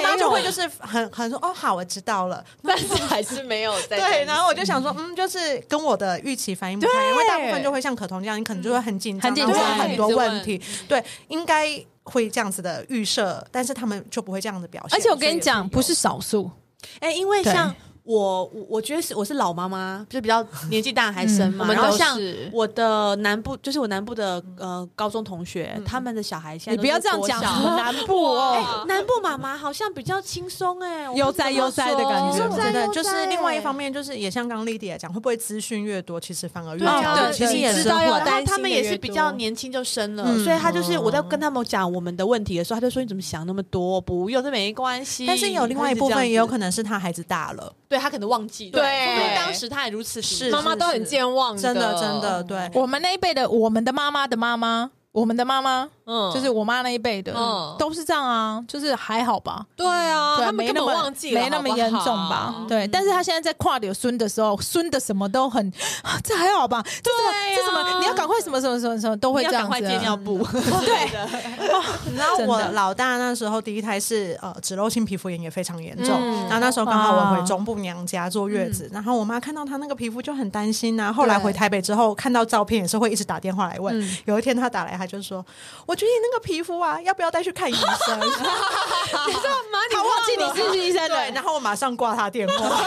D: 妈就哦会就是很很说哦好我知道了，
A: 但是还是没有在
D: 对，然后我就想说嗯就是跟我的预期反应不太一样，因为大部分就会像可彤这样，你可能就会很紧张，
C: 很紧
D: 然后
C: 张
D: 很多问题，对，应该会这样子的预设，但是他们就不会这样的表现。
C: 而且我跟你讲，不
D: 所以
C: 是少数，
B: 哎、因为
C: 对
B: 像我，我我觉得是我是老妈妈，就比较年纪大还生嘛。
A: 嗯我们
B: 然后
A: 都
B: 像
A: 是
B: 我的南部，就是我南部的呃高中同学，他们的小孩现在
C: 你不要
B: 都
C: 这
B: 是
C: 样
B: 国
C: 讲，
B: 小
C: 很难不
A: 哇
C: 哦，
B: 南部妈妈好像比较轻松哎，我不
C: 悠哉
B: 知道
C: 悠哉的
A: 说
C: 感
D: 有
A: 其实
D: 时
C: 觉
D: 候
A: 我
D: 我
A: 在
D: 觉得就
B: 悠哉
D: 是
B: 欸
D: 另外一方面，就是也像刚刚丽迪也讲，会不会资讯越多，其实反而越
A: 对啊
D: 焦
A: 对
D: 虑？其实也
C: 知
D: 是
C: 道要
D: 会
B: 然后他们也是比较年轻就生了，
D: 嗯
B: 所以他就是我在跟他们讲我们的问题的时候，他就说你怎么想那么多，不用，这没关系。
D: 但是有另外一部分，也有可
B: 能
D: 能是他孩子大了，
B: 对他可能忘记，
A: 对
B: 说不定当时他也如此是
A: 妈妈都很健
C: 嗯
A: 忘，
D: 真的真的，对。
C: 我们那一辈的，我们的妈妈的妈妈，我们的妈妈，
A: 嗯
C: 就是我妈那一辈的
A: 嗯，
C: 都是这样啊，就是还好吧，
A: 对啊，
C: 对，
A: 他们
C: 没
A: 根
C: 那
A: 本
C: 么
A: 忘记了，
C: 没那么严重
A: 好不嗯
C: 吧
A: 好？
C: 对，但是他现在在跨流孙的时候，孙的什么都很， 啊这还好吧？这什么
A: 对啊
C: 这什么？你要赶快什么什么什么什么都会
B: 要
C: 这
B: 赶
C: 样
B: 快
C: 子
B: 戒尿
C: 啊。
B: 布，
D: 然后
C: 真
D: 我
C: 的
D: 老大那时候第一胎是呃脂漏性皮肤炎也非常严重，
A: 嗯
D: 然后那时候刚好我回中部娘家坐月子，然后我妈看到她那个皮肤就很担心呐、后来回台北之后看到照片也是会一直打电话来问，有一天她打来，她就说：“我觉得你那个皮肤啊，要不要带去看医生？”
A: 你知道吗？你
D: 她忘记
A: 忘了
D: 你是医生对，然后我马上挂她电话，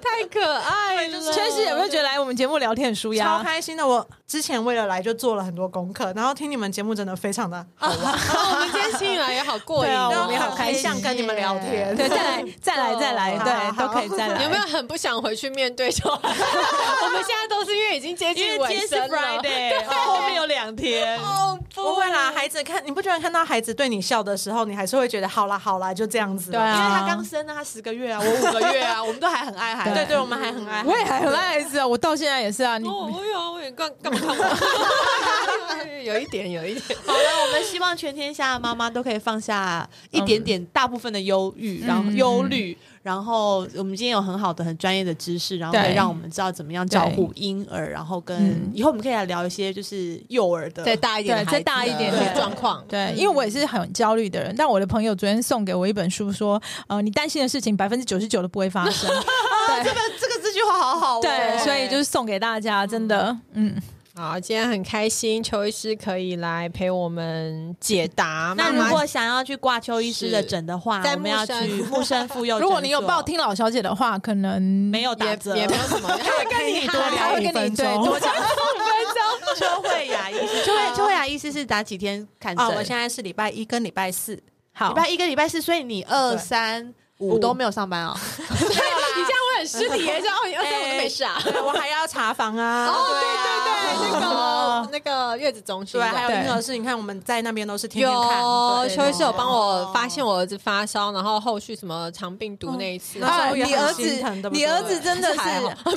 A: 太可爱了，
C: 确实有没有觉得来我们节目聊天很舒
D: 超
C: 压？
D: 开心的。我之前为了来就做了很多功课，然后听你们节目真的非常的好玩，
A: 哦我们今天新来也好过瘾
D: 对
A: 哦，
D: 啊我们也好开
C: 心
D: 心跟你们聊天。
C: 对，再来，再来，再来，对，
D: 好
C: 都可以再来。
A: 有没有很不想回去面对小孩？我们现在都是因为已经接近
B: 因为
A: 尾
B: 今天是
A: 声了。
B: Friday，后面有两天。
A: 哦
D: 不会啦，孩子看你不觉得看到孩子对你笑的时候，你还是会觉得好啦好啦，就这样子了。
C: 对啊
B: 因为他刚生啊，他十个月啊，我五个月 啊，我们都还很爱孩子。
D: 对对，我们还很爱孩子。
C: 我也还很爱孩子啊，我到现在也是啊。你
A: 哦，我有啊，我有干干嘛看我？ 有一点，有一点。
B: 好了，我们希望全天下的妈妈都可以放下一点点大部分的忧
C: 嗯
B: 郁，然后忧虑，然后我们今天有很好的、很专业的知识，然后可以
C: 对嗯
B: 让我们知道怎么样照顾婴儿，然后跟以后我们可以来聊一些就是幼儿的。
A: 再大一点的
C: 对
A: 孩子的，
C: 再大一点点
A: 状况。
C: 对，因为我也是很焦虑的人，但我的朋友昨天送给我一本书，说，呃，你担心的事情百分之九十九都不会发生。对
B: 这个这句话好好哦
C: 对，所以就是送给大家，真的，嗯，
A: 好，今天很开心，邱医师可以来陪我们解答。
B: 那
A: 妈妈
B: 如果想要去挂邱医师的诊的话，
A: 是在
B: 我们要
A: 木
B: 去
A: 生
B: 木生妇幼诊所。
C: 嗯如果你有报听老小姐的话，可能
B: 没有打
A: 也
B: 折，
A: 也没有什 么，他
D: 跟你多聊
C: 他会跟你
D: 分钟
C: 对多讲，
B: 邱慧雅医师，邱慧邱慧雅医师是打几天看诊？
D: 啊，我现在是礼拜一跟礼拜四，
C: 好
B: 礼拜一跟礼拜四，所以你二
D: 对
B: 三五都没有上班哦。
A: 你这样会很失礼耶，这样哦，你二三我都没事啊。
D: 对我还要查房啊。
A: 哦，对
D: 啊
A: 对对，那个那个月子中心
D: 对，
A: 的，
D: 还有
C: 对
D: 婴儿室，你看我们在那边都是天
A: 有
D: 天看。对
A: 邱医师有帮我
B: 哦
A: 发现我儿子发烧，然后后续什么肠病毒那一次，
D: 嗯
A: 啊
D: 那时候也
C: 啊你
D: 很
C: 儿
D: 心疼对，
C: 子
D: 不对
C: 你儿子真的是，
A: 还好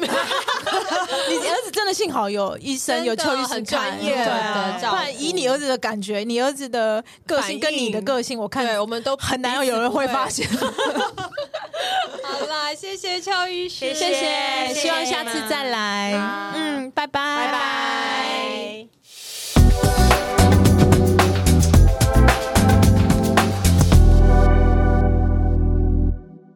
C: 你儿子真的幸好有医生有
A: 真的
C: 邱医师
A: 很
C: 看
A: 专业
C: 对
A: 的
C: 啊，
A: 照
C: 不然以你儿子的感觉，你儿子的个性跟你的个性，我看
A: 对，我们都
C: 很难有人会发现。
A: 好啦，谢谢邱医师，
C: 希望下次再来。嗯，拜拜，拜
B: 拜。